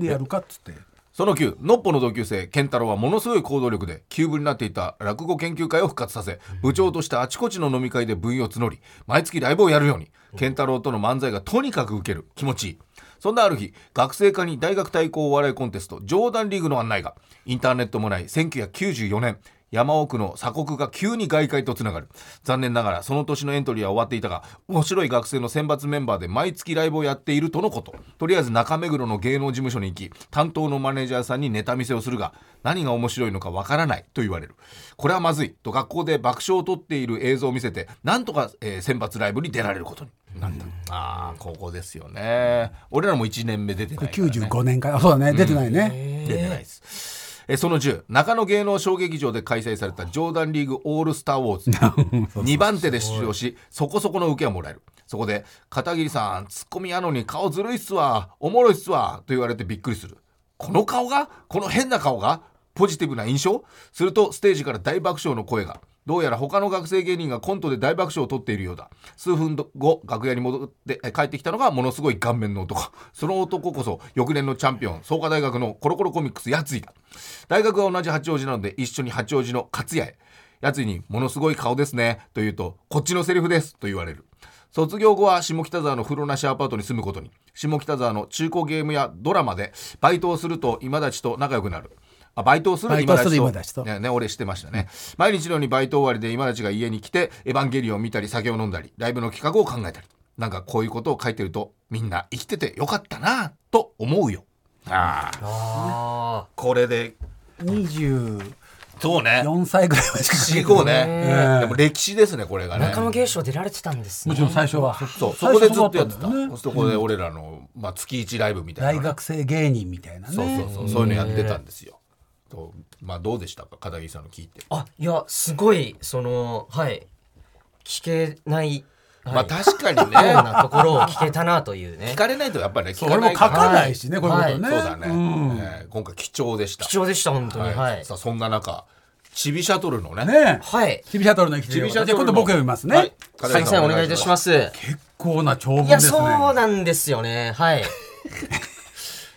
[SPEAKER 2] でやるかっつって
[SPEAKER 1] その9ノッポの同級生健太郎はものすごい行動力で急ブになっていた落語研究会を復活させ部長としてあちこちの飲み会で部員を募り毎月ライブをやるように健太郎との漫才がとにかくウケる気持ちいいそんなある日学生課に大学対抗お笑いコンテスト冗談リーグの案内がインターネットもない1994年山奥の鎖国が急に外界とつながる残念ながらその年のエントリーは終わっていたが面白い学生の選抜メンバーで毎月ライブをやっているとのこととりあえず中目黒の芸能事務所に行き担当のマネージャーさんにネタ見せをするが何が面白いのかわからないと言われるこれはまずいと学校で爆笑を取っている映像を見せてなんとか、えー選抜ライブに出られることになった、ああここですよね俺らも1年目出てないから、ね、
[SPEAKER 2] 95年からあそうだね出てないね、
[SPEAKER 1] 出てないです。えその10中野芸能小劇場で開催されたジョーダンリーグオールスターウォーズ2番手で出場しそこそこの受けをもらえるそこで「片桐さんツッコミやのに顔ずるいっすわおもろいっすわ」と言われてびっくりするこの顔がこの変な顔がポジティブな印象するとステージから大爆笑の声がどうやら他の学生芸人がコントで大爆笑を取っているようだ数分後楽屋に戻ってえ帰ってきたのがものすごい顔面の男その男こそ翌年のチャンピオン創価大学のコロコロコミックスやついだ大学が同じ八王子なので一緒に八王子の勝谷へやついに「ものすごい顔ですね」と言うと「こっちのセリフです」と言われる卒業後は下北沢の風呂なしアパートに住むことに下北沢の中古ゲームやドラマでバイトをすると今立ちと仲良くなるあバイトをする
[SPEAKER 2] バイトをする今立ちと
[SPEAKER 1] ねね俺してましたね毎日のようにバイト終わりで今立ちが家に来て「エヴァンゲリオン」を見たり酒を飲んだりライブの企画を考えたりなんかこういうことを書いてるとみんな生きててよかったなぁと思うよああ
[SPEAKER 4] あ
[SPEAKER 1] これで
[SPEAKER 2] 24
[SPEAKER 1] そうね
[SPEAKER 2] 歳ぐらいまでしかかけ
[SPEAKER 1] 四
[SPEAKER 2] てない
[SPEAKER 1] 五ね、でも歴史ですねこれが
[SPEAKER 4] あ
[SPEAKER 1] ね
[SPEAKER 4] 中野芸賞出られてたんです
[SPEAKER 2] も
[SPEAKER 4] ね
[SPEAKER 2] ちろん最初は
[SPEAKER 1] そうそ
[SPEAKER 2] 最
[SPEAKER 1] こで
[SPEAKER 2] 初
[SPEAKER 1] ずっとやって
[SPEAKER 2] そう
[SPEAKER 1] た
[SPEAKER 2] だんだよね
[SPEAKER 1] そこで俺らの、まあ、月一ライブみたい
[SPEAKER 2] 大
[SPEAKER 1] な
[SPEAKER 2] 学生芸人みたいなね
[SPEAKER 1] そうそうそうそういうのやってたんですよとまあどうでしたか片桐さんの聞いて、
[SPEAKER 4] あいやすごいそのはい聞けない、はい、
[SPEAKER 1] まあ確かにね
[SPEAKER 4] ようなところを聞けたなというね
[SPEAKER 1] 聞 かれないとやっぱりね聞
[SPEAKER 2] 俺
[SPEAKER 1] か
[SPEAKER 2] も
[SPEAKER 1] ない
[SPEAKER 2] 書
[SPEAKER 1] から
[SPEAKER 2] かないしね、
[SPEAKER 4] はい
[SPEAKER 2] こういうことね、
[SPEAKER 1] そうだね、
[SPEAKER 2] ん
[SPEAKER 1] えー今回貴重でした
[SPEAKER 4] 貴重でした本当にはいはい、
[SPEAKER 1] さあそんな中チビシャトルのね
[SPEAKER 2] ねえチビシャトルの生きて
[SPEAKER 1] チ
[SPEAKER 2] る
[SPEAKER 1] ビシャトルの
[SPEAKER 2] じゃあ今度僕読みますね、
[SPEAKER 1] はい
[SPEAKER 4] 佐々木さんお願いいたします
[SPEAKER 2] 結構な長文
[SPEAKER 4] い
[SPEAKER 2] で
[SPEAKER 4] や
[SPEAKER 2] すね
[SPEAKER 4] そうなんですよねはい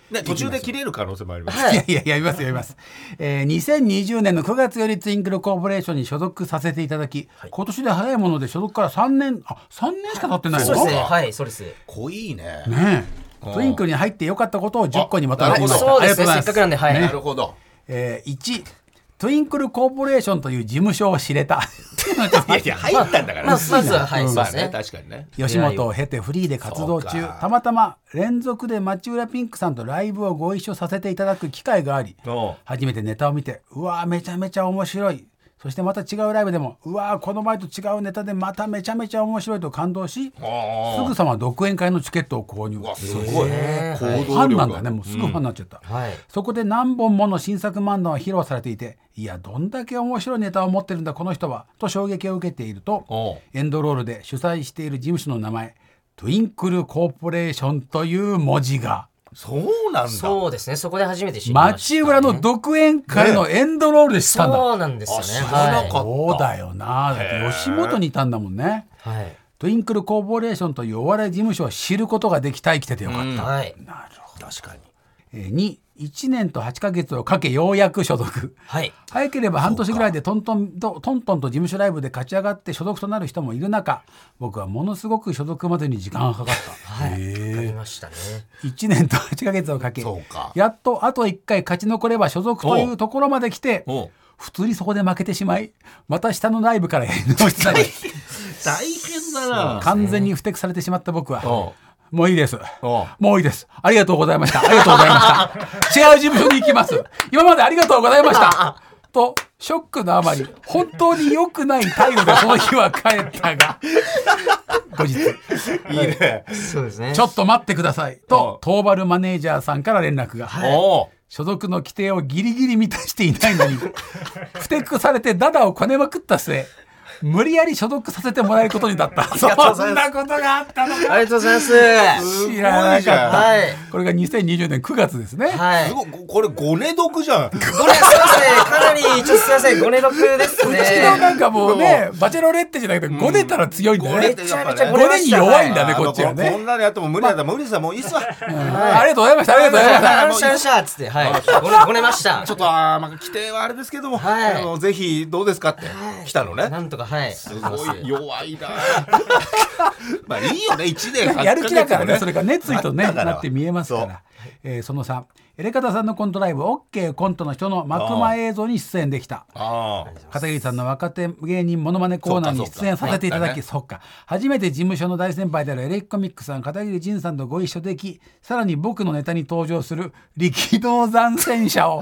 [SPEAKER 1] ね途中で切れる可能性もあります
[SPEAKER 4] はいい
[SPEAKER 2] やいや、やりますよ、やります。えー、2020年の9月よりツインクルコーポレーションに所属させていただき、今年で早いもので所属から3年、あ、3年しか経ってないの
[SPEAKER 4] そうですね
[SPEAKER 2] ね
[SPEAKER 4] はいそうです
[SPEAKER 1] 濃いね
[SPEAKER 2] えツインクルに入って良かったことを10個にまとめ
[SPEAKER 1] な
[SPEAKER 2] て
[SPEAKER 1] る
[SPEAKER 2] み
[SPEAKER 1] ほ
[SPEAKER 2] ま
[SPEAKER 1] ど
[SPEAKER 2] した。
[SPEAKER 4] そうですね
[SPEAKER 2] ありがとうございます
[SPEAKER 4] せっかくなんではい
[SPEAKER 2] ね
[SPEAKER 1] なるほど
[SPEAKER 2] えー、1、トゥインクルコーポレーションという事務所を知れ た。
[SPEAKER 1] いやいや入ったんだから、
[SPEAKER 4] まあまずははいそう
[SPEAKER 1] ま
[SPEAKER 4] で
[SPEAKER 1] あ
[SPEAKER 4] す
[SPEAKER 1] ね
[SPEAKER 4] ね
[SPEAKER 1] 確かにね
[SPEAKER 2] 吉本を経てフリーで活動中
[SPEAKER 1] そうか
[SPEAKER 2] たまたま連続で町浦ピンクさんとライブをご一緒させていただく機会があり
[SPEAKER 1] おう
[SPEAKER 2] 初めてネタを見てうわーめちゃめちゃ面白いそしてまた違うライブでもうわーこの前と違うネタでまためちゃめちゃ面白いと感動しす
[SPEAKER 1] あ
[SPEAKER 2] ぐさま独演会のチケットを購入
[SPEAKER 1] うわすごい
[SPEAKER 4] へー
[SPEAKER 1] 行
[SPEAKER 2] フ
[SPEAKER 1] 動
[SPEAKER 2] ァン
[SPEAKER 1] 力
[SPEAKER 2] な
[SPEAKER 1] が
[SPEAKER 2] んだねもうすぐファンになっちゃった、
[SPEAKER 4] はい
[SPEAKER 2] そこで何本もの新作漫談を披露されていていやどんだけ面白いネタを持ってるんだこの人はと衝撃を受けていると
[SPEAKER 1] おう
[SPEAKER 2] エンドロールで主催している事務所の名前トゥインクルコーポレーションという文字が
[SPEAKER 1] そうなんだ
[SPEAKER 4] そうですねそこで初めて知りました
[SPEAKER 2] 町浦の独演会のエンドロールで知ったんだ、
[SPEAKER 4] そうなんですよね
[SPEAKER 1] あ知らなかった
[SPEAKER 2] そうだよなだって吉本にいたんだもんね
[SPEAKER 4] はいはい
[SPEAKER 2] トゥインクルコーポレーションというお笑い事務所を知ることができた生きててよかった、
[SPEAKER 4] はい
[SPEAKER 1] 確かに
[SPEAKER 2] えー、2 1年と8ヶ月をかけようやく所属
[SPEAKER 4] はい。
[SPEAKER 2] 早ければ半年ぐらいでトントンとトントンと事務所ライブで勝ち上がって所属となる人もいる中僕はものすごく所属までに時間がかかった
[SPEAKER 4] はい。わかりましたね。
[SPEAKER 2] 1年と8ヶ月をかけ
[SPEAKER 1] そうか
[SPEAKER 2] やっとあと1回勝ち残れば所属というところまで来て
[SPEAKER 1] おう
[SPEAKER 2] 普通にそこで負けてしまいまた下のライブからやり直したり
[SPEAKER 1] 大変だな
[SPEAKER 2] 完全に不適されてしまった僕
[SPEAKER 1] お
[SPEAKER 2] はもういいです
[SPEAKER 1] おう
[SPEAKER 2] もういいですありがとうございましたありがとうございました違う事務所に行きます今までありがとうございましたとショックのあまり本当に良くない態度でその日は帰ったが後日
[SPEAKER 1] いいね
[SPEAKER 4] そうですね
[SPEAKER 2] ちょっと待ってくださいとトーバルマネージャーさんから連絡が
[SPEAKER 1] おう
[SPEAKER 2] 所属の規定をギリギリ満たしていないのに不適くされてダダをこねまくった末無理やり所属させてもらえることになったそん
[SPEAKER 4] がとうございます
[SPEAKER 2] なことがあったのか
[SPEAKER 4] ありがとうございます。
[SPEAKER 1] すごい
[SPEAKER 2] 知
[SPEAKER 1] じ
[SPEAKER 2] らなか
[SPEAKER 1] ゃ
[SPEAKER 2] っ
[SPEAKER 1] ん
[SPEAKER 2] た
[SPEAKER 4] はい。
[SPEAKER 2] これが2020年9月ですね、
[SPEAKER 4] はい。
[SPEAKER 1] すごいこれごね毒じゃん
[SPEAKER 4] これすいません。かなり、ちょっとすいません。ごね毒で すね。
[SPEAKER 2] 昨日なんかもうねバチェロレッテじゃなくて5出たら強いんだよね、
[SPEAKER 1] うん
[SPEAKER 4] めちゃめち
[SPEAKER 1] や
[SPEAKER 4] ゃ
[SPEAKER 1] っぱね
[SPEAKER 4] ごねました
[SPEAKER 2] ごねに弱いんだね
[SPEAKER 1] あの
[SPEAKER 2] こっちはね
[SPEAKER 1] こんなのやっても無理だった無理さもういいっすわ
[SPEAKER 2] ありがとうございましたありがとうございました
[SPEAKER 4] あよっしゃよっしゃっつって、はい。ごね、ごねました。
[SPEAKER 1] ちょっとあーまあ規定はあれですけども、
[SPEAKER 4] はい
[SPEAKER 1] あのぜひどうですかって来たのね、
[SPEAKER 4] なんとか、はい。す
[SPEAKER 1] すごい弱いな まあいいよね1年8ヶ月も
[SPEAKER 2] やる気だからね、それが熱意とね、
[SPEAKER 1] だから
[SPEAKER 2] なって見えますか
[SPEAKER 1] そう
[SPEAKER 2] ら。えーその3、エレカタさんのコントライブ、OK コントの人の幕間映像に出演できた。
[SPEAKER 1] ああ
[SPEAKER 2] 片桐さんの若手芸人モノマネコーナーに出演させていただきそっか,、初めて事務所の大先輩であるエレキコミックさん片桐仁さんとご一緒できさらに僕のネタに登場する力道山戦車を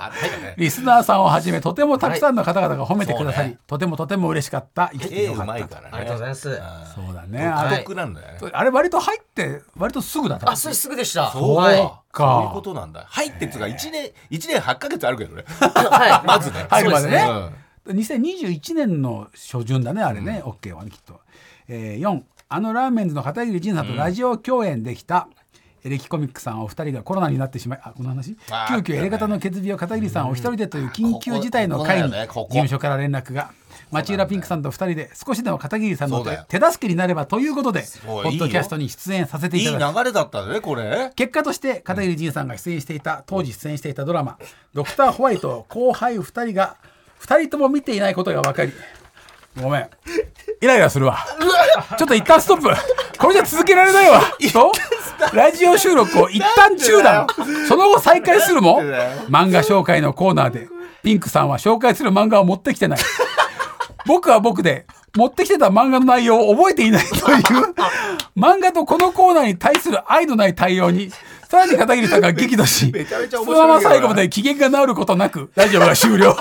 [SPEAKER 2] リスナーさんをはじめとてもたくさんの方々が褒めてくださり、とてもとても嬉しかった生きて
[SPEAKER 1] 絵
[SPEAKER 2] よ
[SPEAKER 1] う
[SPEAKER 2] かっ
[SPEAKER 1] まい
[SPEAKER 2] た
[SPEAKER 1] からね
[SPEAKER 4] ありがとうございます。
[SPEAKER 1] あ
[SPEAKER 2] そうだね
[SPEAKER 1] ー
[SPEAKER 2] あ
[SPEAKER 1] 独
[SPEAKER 2] れ
[SPEAKER 1] 特なんだよね
[SPEAKER 2] あれ割と入って割とすぐだった
[SPEAKER 4] あ、それすぐでした。
[SPEAKER 1] そう
[SPEAKER 4] はい。
[SPEAKER 1] そういうことなんだ入ってっつうか1年一年8ヶ月あるけどね
[SPEAKER 4] はい。
[SPEAKER 1] まずね
[SPEAKER 2] 入るまでね
[SPEAKER 1] うん
[SPEAKER 2] 2021年の初旬だねあれね、OK はねきっと、えー、4あのラーメンズの片桐仁さんとラジオ共演できた、エレキコミックさんお二人がコロナになってしまいあこの話
[SPEAKER 1] あー
[SPEAKER 2] 急遽エレ方の決備を片桐さんお一人でという緊急事態の
[SPEAKER 1] こ
[SPEAKER 2] 会
[SPEAKER 1] こ
[SPEAKER 2] に
[SPEAKER 1] だよねここ
[SPEAKER 2] 事務所から連絡が町浦ピンクさんと二人で少しでも片桐さんの
[SPEAKER 1] そうだよ
[SPEAKER 2] 手手助けになればということで
[SPEAKER 1] ご
[SPEAKER 2] ポ
[SPEAKER 1] い
[SPEAKER 2] ッドキャストに出演させて
[SPEAKER 1] い
[SPEAKER 2] い
[SPEAKER 1] い
[SPEAKER 2] ただき
[SPEAKER 1] 流れだったねこれ
[SPEAKER 2] 結果として片桐仁さんが出演していた当時出演していたドラマ「ドクターホワイト」を後輩2人が2人とも見ていないことが分かりごめんイライラするわちょっと一旦ストップこれじゃ続けられないわとラジオ収録を一旦中断その後再開するも漫画紹介のコーナーでピンクさんは紹介する漫画を持ってきてない僕は僕で持ってきてた漫画の内容を覚えていないという漫画とこのコーナーに対する愛のない対応にさらに片桐さんが激怒し
[SPEAKER 1] めちゃめちゃ
[SPEAKER 2] そ
[SPEAKER 1] 面白いけど
[SPEAKER 2] のまま
[SPEAKER 1] な
[SPEAKER 2] 最後まで機嫌が治ることなくラジオが終了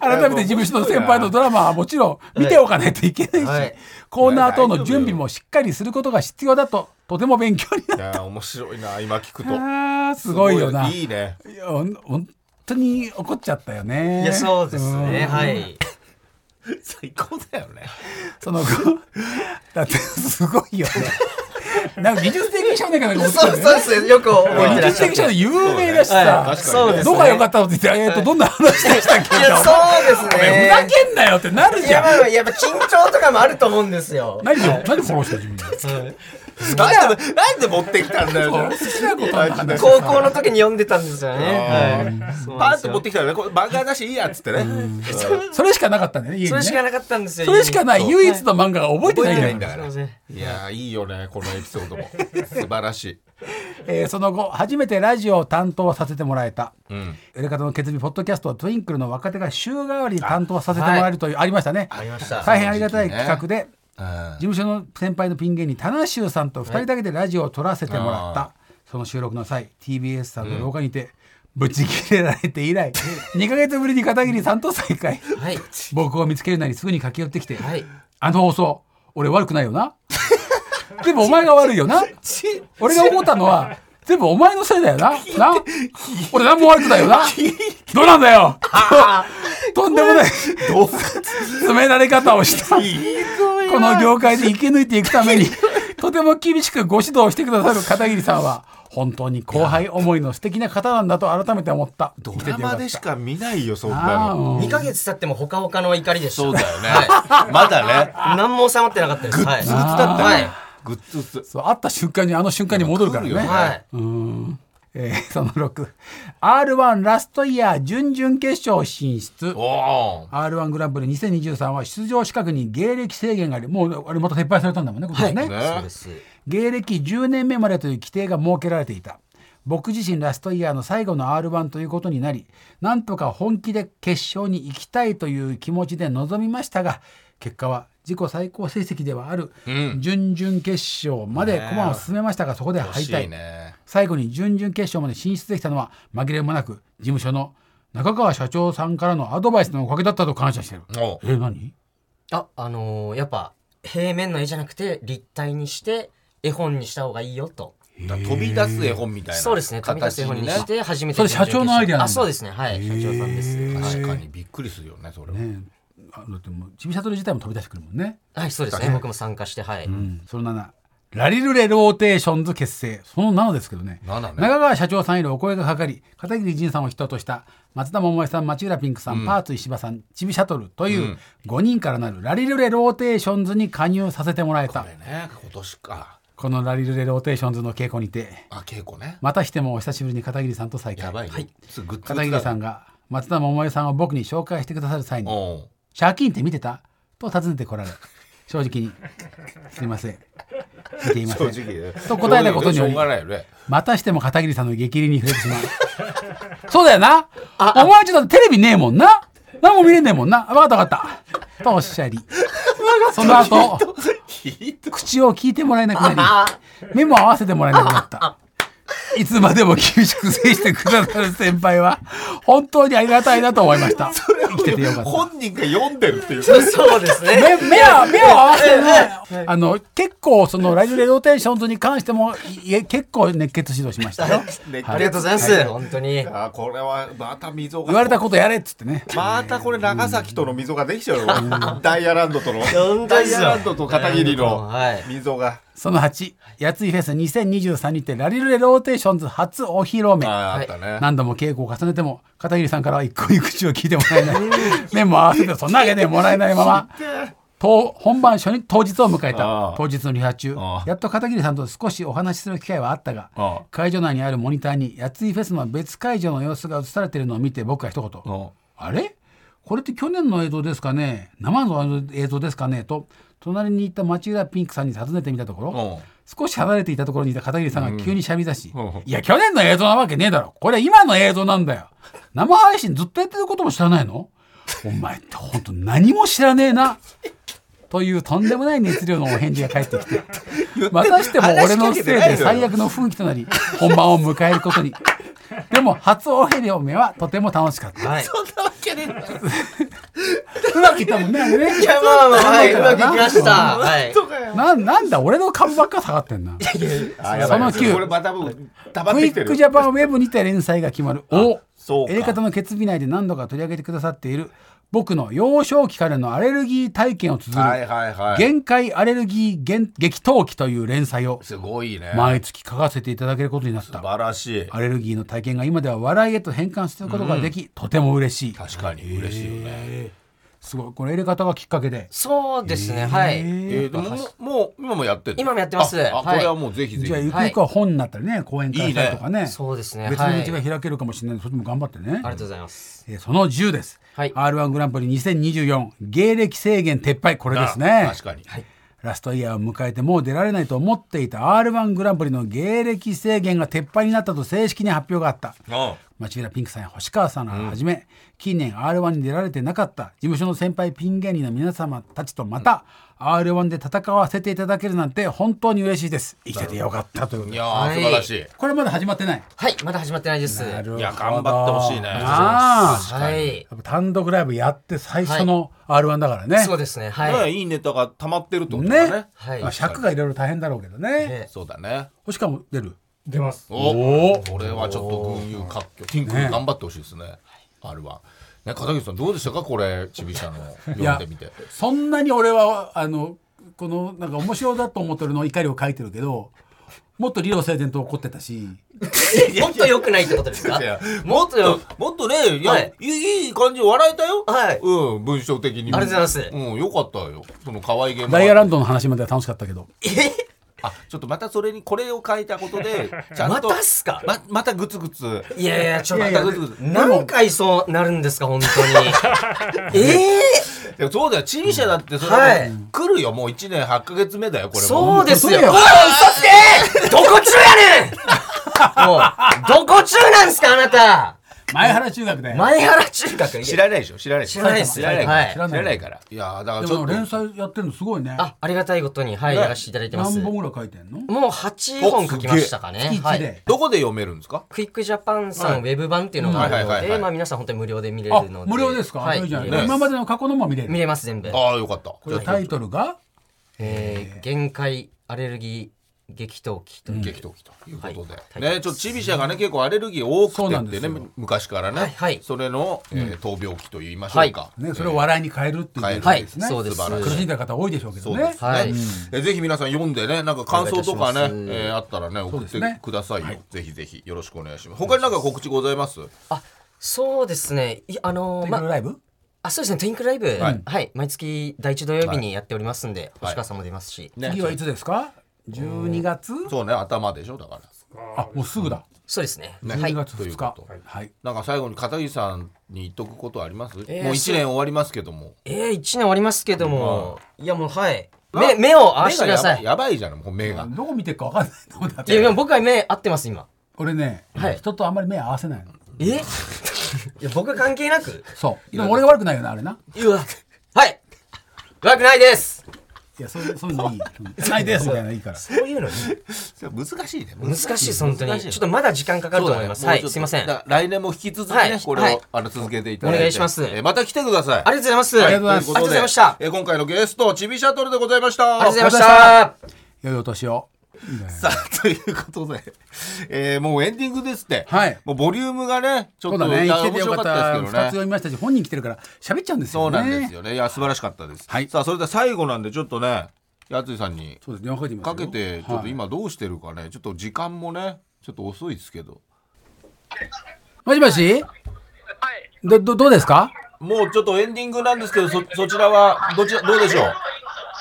[SPEAKER 2] 改めて事務所の先輩のドラマはもちろん見ておかないといけないし、
[SPEAKER 4] はい
[SPEAKER 2] コーナー等の準備もしっかりすることが必要だととても勉強になっ
[SPEAKER 1] いやー面白いな今聞くと
[SPEAKER 2] たあーすごいよな。
[SPEAKER 1] いいね
[SPEAKER 2] いやほん本当に怒っちゃったよね。
[SPEAKER 4] いや、そうですね。
[SPEAKER 2] ん
[SPEAKER 4] はい。
[SPEAKER 1] 最高だよね
[SPEAKER 2] その後、 だってすごいよ ね。なんか技術的少年かなんか思ってたよね。
[SPEAKER 4] そうです。よく覚
[SPEAKER 1] う
[SPEAKER 4] えて
[SPEAKER 2] 技
[SPEAKER 4] らっ
[SPEAKER 2] 術
[SPEAKER 4] しゃる
[SPEAKER 2] 的。少年有名だし
[SPEAKER 4] は
[SPEAKER 2] さ
[SPEAKER 4] い、
[SPEAKER 1] そうですね
[SPEAKER 2] どこが良かったのって言って、えっと、どんな話でしたっけ
[SPEAKER 4] いや、そうです
[SPEAKER 2] お前ふざ
[SPEAKER 4] ね。
[SPEAKER 2] けんなよってなる
[SPEAKER 4] い
[SPEAKER 2] じ
[SPEAKER 4] や、
[SPEAKER 2] ゃん
[SPEAKER 4] ま。あやっぱ緊張とかもあると思うんですよ。
[SPEAKER 2] 何を、何をフォローしてる自分で。
[SPEAKER 4] はい
[SPEAKER 1] なんでなんで持ってきたんだよじゃあ
[SPEAKER 2] そう好きなことの話
[SPEAKER 4] 高校の時に読んでたんですよね。はいそう
[SPEAKER 1] パ
[SPEAKER 4] な
[SPEAKER 1] ーッ
[SPEAKER 4] んです
[SPEAKER 1] と
[SPEAKER 4] よ
[SPEAKER 1] 持ってきたらねこれ漫画だしいいやっつってねうん
[SPEAKER 2] それしかなかったんだよね、家
[SPEAKER 4] そ
[SPEAKER 2] に
[SPEAKER 4] れしか
[SPEAKER 2] ね。
[SPEAKER 4] なかったんですよ。
[SPEAKER 2] それしかない、
[SPEAKER 4] 家に
[SPEAKER 2] 唯一の漫画が覚えてないんだ
[SPEAKER 1] か
[SPEAKER 2] よ。
[SPEAKER 4] そうですね
[SPEAKER 1] いやーいいよねこのエピソー ドも素晴らしい、
[SPEAKER 2] えーその後初めてラジオを担当させてもらえた
[SPEAKER 1] うん、
[SPEAKER 2] 「エレカタの決意ポッドキャスト」はトゥインクルの若手が週替わりで担当させてもらえるというあ,、りましたね
[SPEAKER 4] ありました
[SPEAKER 2] 大変ありがたい企画で、
[SPEAKER 1] あ
[SPEAKER 2] 事務所の先輩のピン芸人田中修さんと2人だけでラジオを撮らせてもらった、
[SPEAKER 1] は
[SPEAKER 2] その収録の際 TBS さんの廊下にて、ぶち切れられて以来2か月ぶりに片桐さんと再会
[SPEAKER 4] はい。
[SPEAKER 2] 僕を見つけるなりすぐに駆け寄ってきて、
[SPEAKER 4] はい。
[SPEAKER 2] あの放送、俺悪くないよな。 全部お前が悪いよな。俺が思ったのは、全部お前のせいだよな。な俺何も悪くないよな。どうなんだ よ。とんでもない、
[SPEAKER 1] どう
[SPEAKER 2] 詰められ方をした。この業界で生き抜いていくために、とても厳しくご指導してくださる片桐さんは、本当に後輩思いの素敵な方なんだと改めて思った。
[SPEAKER 1] ドラマでしか見ないよそん
[SPEAKER 2] あ
[SPEAKER 1] な
[SPEAKER 2] あ
[SPEAKER 1] の
[SPEAKER 2] もう
[SPEAKER 4] 二ヶ月経ってもほかほかの怒りでした。
[SPEAKER 1] そうだよね
[SPEAKER 4] は
[SPEAKER 1] まだね
[SPEAKER 4] い。何も収まってなかったです。はい。
[SPEAKER 1] グッズだったよね
[SPEAKER 4] は
[SPEAKER 1] グッズ
[SPEAKER 2] そう会った瞬間にあの瞬間に戻るからね。
[SPEAKER 1] 来るよ
[SPEAKER 4] い。はい。
[SPEAKER 2] えー その6 R1 ラストイヤー準々決勝進出
[SPEAKER 1] おお
[SPEAKER 2] R1 グランプリ2023は出場資格に芸歴制限がありもうあれまた撤廃されたんだもんね今年ね、
[SPEAKER 1] はいね
[SPEAKER 4] そうです。
[SPEAKER 2] 芸歴10年目までという規定が設けられていた僕自身ラストイヤーの最後の R1 ということになりなんとか本気で決勝に行きたいという気持ちで臨みましたが結果は自己最高成績ではある準々決勝まで
[SPEAKER 1] ねえ
[SPEAKER 2] 駒を進めましたがそこで
[SPEAKER 1] 惜
[SPEAKER 2] 敗
[SPEAKER 1] し
[SPEAKER 2] 退、
[SPEAKER 1] いね
[SPEAKER 2] 最後に準々決勝まで進出できたのは紛れもなく事務所の中川社長さんからのアドバイスのおかげだったと感謝してる
[SPEAKER 1] お
[SPEAKER 2] え何
[SPEAKER 4] あ、あのーやっぱ平面の絵じゃなくて立体にして絵本にした方がいいよと。
[SPEAKER 1] だ飛び出す絵本みたいな
[SPEAKER 4] そうですね。飛び出す絵本にして初めて
[SPEAKER 2] それ社長のアイデアなんだ
[SPEAKER 4] あ、そうですね。はい。社長さんです。
[SPEAKER 1] 形にね
[SPEAKER 4] はい
[SPEAKER 1] 確かにびっくりするよねそれは、
[SPEAKER 2] ねえあだってもうちびさとり自体も飛び出してくるもんね
[SPEAKER 4] はい、そうですね。僕も参加して、はい。
[SPEAKER 2] その7ラリルレローテーションズ結成その7ですけどね
[SPEAKER 1] 7ね
[SPEAKER 2] 中川社長さんよりお声がかかり片桐仁さんを筆頭とした松田桃江さん町浦ピンクさん、パーツ石破さんちびシャトルという5人からなるラリルレローテーションズに加入させてもらえた
[SPEAKER 1] これね今年か
[SPEAKER 2] このラリルレローテーションズの稽古にて
[SPEAKER 1] あ稽古ね
[SPEAKER 2] またしてもお久しぶりに片桐さんと再会
[SPEAKER 1] やばいね、すぐグッズ
[SPEAKER 2] 片桐さんが松田桃江さんを僕に紹介してくださる際に
[SPEAKER 1] おう
[SPEAKER 2] 借金って見てたと尋ねてこられ正直に「すいません見ていませ
[SPEAKER 1] 正
[SPEAKER 2] ん」
[SPEAKER 1] 直ね
[SPEAKER 2] と答えたことに
[SPEAKER 1] しょ
[SPEAKER 2] よ
[SPEAKER 1] う
[SPEAKER 2] り
[SPEAKER 1] がないよね
[SPEAKER 2] またしても片桐さんの激励に触れてしまうそうだよなお前ちょっとテレビねえもんな何も見れねえもんな分かった分かったとおっしゃりその後口を聞いてもらえなくなり目も合わせてもらえなくなったいつまでも厳しく制してくださる先輩は本当にありがたいなと思いました生きててよかった
[SPEAKER 1] 本人が読んでるっていう
[SPEAKER 4] そうですね。
[SPEAKER 2] 目目は目を合わせてねあの結構そのラジオレローテーションズに関してもいえ結構熱血指導しました よ
[SPEAKER 1] ね
[SPEAKER 4] ありがとうございます。本当に。
[SPEAKER 1] あこれはまた溝が
[SPEAKER 2] 言われたことやれっつってね
[SPEAKER 1] またこれ長崎との溝ができちゃうよダイヤランドとの
[SPEAKER 4] 本当
[SPEAKER 1] ダ
[SPEAKER 4] で
[SPEAKER 1] イ
[SPEAKER 4] すよ
[SPEAKER 1] ヤランドと片桐の
[SPEAKER 4] はい
[SPEAKER 1] 溝が
[SPEAKER 2] その8やついフェス2023にてラリルレローテーションズ初お披露目
[SPEAKER 1] あーあったね
[SPEAKER 2] 何度も稽古を重ねても片桐さんからは一向に口を聞いてもらえない目も合わせてそんなわけでもらえないまま当本番初に当日を迎え
[SPEAKER 1] あ
[SPEAKER 2] た
[SPEAKER 1] あ
[SPEAKER 2] 当日のリハ中
[SPEAKER 1] ああ
[SPEAKER 2] やっと片桐さんと少しお話しする機会はあったが
[SPEAKER 1] ああ
[SPEAKER 2] 会場内にあるモニターにやついフェスの別会場の様子が映されているのを見て僕は一言
[SPEAKER 1] お
[SPEAKER 2] 「あれこれって去年の映像ですかね生の映像ですかね?」と隣にいた町浦ピンクさんに尋ねてみたところ、
[SPEAKER 1] お
[SPEAKER 2] 少し離れていたところにいた片桐さんが急にしゃみ出し、
[SPEAKER 1] うんうん
[SPEAKER 2] いや、去年の映像なわけねえだろ。これ今の映像なんだよ。生配信ずっとやってることも知らないのお前って本当何も知らねえな。というとんでもない熱量のお返事が返ってきて、またしても俺のせいで最悪の雰囲気となり、本番を迎えることに。でも初お披露目はとても楽しかった。
[SPEAKER 4] はい。
[SPEAKER 2] うまくいったもんね、あれね。
[SPEAKER 4] いや、まあまあ、はい。う
[SPEAKER 2] な
[SPEAKER 4] ま
[SPEAKER 2] ん
[SPEAKER 4] く
[SPEAKER 2] だ
[SPEAKER 4] いきました。 はい。
[SPEAKER 2] ななんだ、俺の株ばっか下がってんな。
[SPEAKER 1] あやばい
[SPEAKER 2] その九
[SPEAKER 1] これまたもう溜まっ
[SPEAKER 2] ク
[SPEAKER 1] て
[SPEAKER 2] イ
[SPEAKER 1] きて
[SPEAKER 2] ッ
[SPEAKER 1] る
[SPEAKER 2] クジャパンウェブにて連載が決まる。お
[SPEAKER 1] そうか
[SPEAKER 2] エレカタの決日内で何度か取り上げてくださっている僕の幼少期からのアレルギー体験を綴る、
[SPEAKER 1] はいはいはい
[SPEAKER 2] 限界アレルギー限激闘記という連載を
[SPEAKER 1] すごいね
[SPEAKER 2] 毎月書かせていただけることになっ
[SPEAKER 1] 素
[SPEAKER 2] た。
[SPEAKER 1] 晴らしい
[SPEAKER 2] アレルギーの体験が今では笑いへと変換することができ、とても嬉しい。
[SPEAKER 1] 確かに嬉しいよね
[SPEAKER 2] すごい。これエレカタがきっかけで。
[SPEAKER 4] そうですね。はい。
[SPEAKER 1] えーでももう今もやってる
[SPEAKER 4] 今もやってます
[SPEAKER 1] ああこ
[SPEAKER 4] はい
[SPEAKER 1] れはもうぜひぜ
[SPEAKER 2] じゃあゆ
[SPEAKER 1] ひ
[SPEAKER 2] くゆくは本になったりね、講演会したりとかね
[SPEAKER 4] そうですね。
[SPEAKER 2] 別
[SPEAKER 4] はい。あ
[SPEAKER 2] の道
[SPEAKER 4] りが
[SPEAKER 2] が開けるかもしれないのでそっちも頑張ってね。
[SPEAKER 4] とうございます。
[SPEAKER 2] えーその10です。
[SPEAKER 4] はい
[SPEAKER 2] R1 グランプリ2024芸歴制限撤廃これですね
[SPEAKER 1] あ。確かに
[SPEAKER 2] ラストイヤーを迎えてもう出られないと思っていた R1 グランプリの芸歴制限が撤廃になったと正式に発表があった。
[SPEAKER 1] あ
[SPEAKER 2] 町浦ピンクさんや星川さんをはじめ、近年 r 1に出られてなかった事務所の先輩ピン芸人の皆様たちとまた r 1で戦わせていただけるなんて本当に嬉しいです生きててよかったというこ
[SPEAKER 1] い
[SPEAKER 2] と
[SPEAKER 1] や
[SPEAKER 2] で
[SPEAKER 1] ー素晴らしい
[SPEAKER 2] これまだ始まってない
[SPEAKER 4] はい。まだ始まってないです。
[SPEAKER 2] なるほど
[SPEAKER 1] いや頑張ってほしいね
[SPEAKER 2] ああ
[SPEAKER 4] はい。
[SPEAKER 2] やっぱ単独ライブやって最初の r 1だからね、
[SPEAKER 4] そうですね。
[SPEAKER 1] ね
[SPEAKER 4] はい。
[SPEAKER 1] いいネタが溜まってるってことだね
[SPEAKER 2] ね、
[SPEAKER 4] はい
[SPEAKER 2] まあ尺がいろいろ大変だろうけどね
[SPEAKER 4] ね
[SPEAKER 1] そうだね
[SPEAKER 2] 星川も出る
[SPEAKER 4] 出ます。
[SPEAKER 1] おこれはちょっと群雄割拠ティンク
[SPEAKER 2] ね
[SPEAKER 1] 頑張ってほしいですね R1 ね片桐さんどうでしたかこれちびしゃの読んでみて
[SPEAKER 2] そんなに俺はあのこのなんか面白だと思ってるのを怒りを書いてるけどもっと理路整然と怒ってたし
[SPEAKER 4] もっと良くないってことですか
[SPEAKER 1] いや
[SPEAKER 4] もっとよ、
[SPEAKER 1] もっとねい
[SPEAKER 4] は
[SPEAKER 1] やい
[SPEAKER 4] い
[SPEAKER 1] いいい感じ笑えたよ
[SPEAKER 4] はい
[SPEAKER 1] うん文章的にも
[SPEAKER 4] ありがとうございます
[SPEAKER 1] うんよかったよその可愛げも
[SPEAKER 2] ダイヤランドの話までは楽しかったけど
[SPEAKER 4] え
[SPEAKER 1] あちょっとまたそれにこれを書いたこと でちゃん
[SPEAKER 4] ま
[SPEAKER 1] と
[SPEAKER 4] たっすか
[SPEAKER 1] ままたグツグツ
[SPEAKER 4] いやいや、ちょっと
[SPEAKER 1] いやいやで
[SPEAKER 4] 何回そうなるんですか、本当に。 ええ
[SPEAKER 1] いやそうだよチリシャだってそれ、
[SPEAKER 4] はい
[SPEAKER 1] 来るよもう1年8か月目だよこれも
[SPEAKER 4] そうですよ。
[SPEAKER 2] 嘘
[SPEAKER 4] うわ嘘つけどこ中やねんもう、どこ中なんすか、あなた
[SPEAKER 2] 前原中学だよ。
[SPEAKER 4] 前原中学いや
[SPEAKER 1] 知らないでしょ知らないでしょ
[SPEAKER 4] 知らないです
[SPEAKER 1] 知らない
[SPEAKER 4] はい
[SPEAKER 1] 知らないからいやーだから
[SPEAKER 2] で
[SPEAKER 1] ちょ
[SPEAKER 2] も
[SPEAKER 1] っと
[SPEAKER 2] 連載やってるのすごいね。
[SPEAKER 4] あ、ありがたいことに、はい、やらせていただいてます。
[SPEAKER 2] 何本
[SPEAKER 4] も
[SPEAKER 2] ぐらい書いてんの？
[SPEAKER 4] う8本書きましたかね。
[SPEAKER 2] 月一
[SPEAKER 4] はい
[SPEAKER 2] で。
[SPEAKER 1] どこで読めるんですか
[SPEAKER 4] クイックジャパンさ
[SPEAKER 1] はい
[SPEAKER 4] んウェブ版っていうのがある
[SPEAKER 1] はい
[SPEAKER 4] の
[SPEAKER 1] はいはいは
[SPEAKER 4] で、
[SPEAKER 1] い
[SPEAKER 4] まあ皆さん本当に無料で見れ
[SPEAKER 2] あ
[SPEAKER 4] るので。
[SPEAKER 2] 無料ですか？
[SPEAKER 4] は
[SPEAKER 2] そ
[SPEAKER 4] い
[SPEAKER 2] れじゃあ
[SPEAKER 1] ね
[SPEAKER 2] 今までの過去のも見れ
[SPEAKER 4] 見
[SPEAKER 2] る。
[SPEAKER 4] れます、全部。
[SPEAKER 1] ああよかった
[SPEAKER 2] これタイトルが
[SPEAKER 4] えー限界アレルギー激闘期という。
[SPEAKER 1] 激闘期ということで、
[SPEAKER 4] はい
[SPEAKER 1] ねちょっとチビシャがね結構アレルギー多く
[SPEAKER 2] そうなん
[SPEAKER 1] て
[SPEAKER 2] で
[SPEAKER 1] っ
[SPEAKER 2] す
[SPEAKER 1] て
[SPEAKER 2] よ
[SPEAKER 1] ね昔からね、
[SPEAKER 4] はいはい
[SPEAKER 1] それの、えー闘病期と言いましょうか、
[SPEAKER 2] ねそれを笑いに変えるっていうこと
[SPEAKER 1] 変え
[SPEAKER 4] はい、
[SPEAKER 2] ですね。
[SPEAKER 4] そうです。
[SPEAKER 1] 素晴らし
[SPEAKER 2] 苦しんだ方多いでしょうけ
[SPEAKER 1] そ
[SPEAKER 2] ど
[SPEAKER 1] う
[SPEAKER 2] ね
[SPEAKER 1] で。すね、
[SPEAKER 4] はい
[SPEAKER 1] えぜひ皆さん読んでねなんか感想とかね
[SPEAKER 4] お願いいたします
[SPEAKER 1] えーあったらね送っ
[SPEAKER 2] です
[SPEAKER 1] て
[SPEAKER 2] ね
[SPEAKER 1] くださいよ、ぜひぜひよろしくお願いします他になんか告知ございます
[SPEAKER 4] あ、そうですね。いあの
[SPEAKER 2] テ
[SPEAKER 4] ー、
[SPEAKER 2] レビ
[SPEAKER 4] ま
[SPEAKER 2] ライブ？
[SPEAKER 4] あ、そうですね。トゥインクライブ、は
[SPEAKER 1] はい
[SPEAKER 4] い、毎月第一土曜日にやっておりますんで、星川さんも出ますし、
[SPEAKER 1] ね
[SPEAKER 2] 次はいつですか？12月？
[SPEAKER 1] そうね頭でしょだから
[SPEAKER 2] あもうすぐだ。
[SPEAKER 4] そうですね。
[SPEAKER 1] ね
[SPEAKER 4] はい
[SPEAKER 2] 12。月
[SPEAKER 1] とい
[SPEAKER 2] 2
[SPEAKER 1] うこ
[SPEAKER 2] 日
[SPEAKER 1] と。
[SPEAKER 2] はい。
[SPEAKER 1] なんか最後に片桐さんに言っとくことあります、
[SPEAKER 4] えー
[SPEAKER 1] もう一年終わりますけども
[SPEAKER 4] えー、1年終わりますけども、いやもう、はい。目、目を合わせてくださ
[SPEAKER 1] 目が
[SPEAKER 4] い。
[SPEAKER 1] やばいやばいじゃないもう目が、
[SPEAKER 2] どこ見てるかわかんないと思った
[SPEAKER 4] い。や、でも僕は目合ってます、今。
[SPEAKER 2] 俺ね
[SPEAKER 4] はい
[SPEAKER 2] 人とあんまり目合わせないの。
[SPEAKER 4] え いや、僕関係なく。
[SPEAKER 2] そう。でも俺が悪くないよなあれな。
[SPEAKER 4] うわ。はい。悪くないです。
[SPEAKER 2] いやそういうそういう のいい。ないですみたいなのいいから。
[SPEAKER 4] そういうのいい
[SPEAKER 1] 難しいね
[SPEAKER 4] 難しいです、本当に。
[SPEAKER 1] 難し
[SPEAKER 4] ちょ
[SPEAKER 1] い
[SPEAKER 4] っとまだ時間かかると思います。
[SPEAKER 1] そう
[SPEAKER 4] は
[SPEAKER 1] だね
[SPEAKER 4] い、すいません。あり
[SPEAKER 1] だ
[SPEAKER 4] が
[SPEAKER 1] から来年も引き続きね、
[SPEAKER 4] はい
[SPEAKER 1] これを、
[SPEAKER 4] はい
[SPEAKER 1] あの続けていただいて
[SPEAKER 4] お願いします
[SPEAKER 1] えーまた来てください
[SPEAKER 4] とうございます。
[SPEAKER 2] ありがとうございます
[SPEAKER 1] とう
[SPEAKER 4] ありがとう
[SPEAKER 1] こ
[SPEAKER 4] ご
[SPEAKER 1] で
[SPEAKER 4] ざいました。あり
[SPEAKER 1] えー今回のゲストちびシャトルでございました
[SPEAKER 4] がとうございまし
[SPEAKER 2] あ
[SPEAKER 4] た。
[SPEAKER 2] 良いお年を。
[SPEAKER 1] さあということで、えーもうエンディングですって、
[SPEAKER 2] はい
[SPEAKER 1] もうボリュームがねちょ
[SPEAKER 2] そう
[SPEAKER 1] っと
[SPEAKER 2] だね、
[SPEAKER 1] いや
[SPEAKER 2] 生きて
[SPEAKER 1] 面
[SPEAKER 2] てよ
[SPEAKER 1] 白
[SPEAKER 2] か
[SPEAKER 1] かった
[SPEAKER 2] った。
[SPEAKER 1] で
[SPEAKER 2] 二
[SPEAKER 1] す
[SPEAKER 2] つ
[SPEAKER 1] けどね
[SPEAKER 2] 読みましたし、本人来てるから、喋っちゃうんです
[SPEAKER 1] そ
[SPEAKER 2] よ
[SPEAKER 1] う
[SPEAKER 2] ね。
[SPEAKER 1] なんですよねいや素晴らしかったです、
[SPEAKER 2] はい
[SPEAKER 1] さあそれでは最後なんでちょっとねやついさんに
[SPEAKER 2] そうですね、かけてみます
[SPEAKER 1] か
[SPEAKER 2] よ
[SPEAKER 1] けてちょっと。
[SPEAKER 2] はい
[SPEAKER 1] 今どうしてるかねちょっと時間もねちょっと遅いですけど
[SPEAKER 2] もしもし。ど、ど、どうですか。
[SPEAKER 1] もうちょっとエンディングなんですけどそそちらはどちらどうでしょう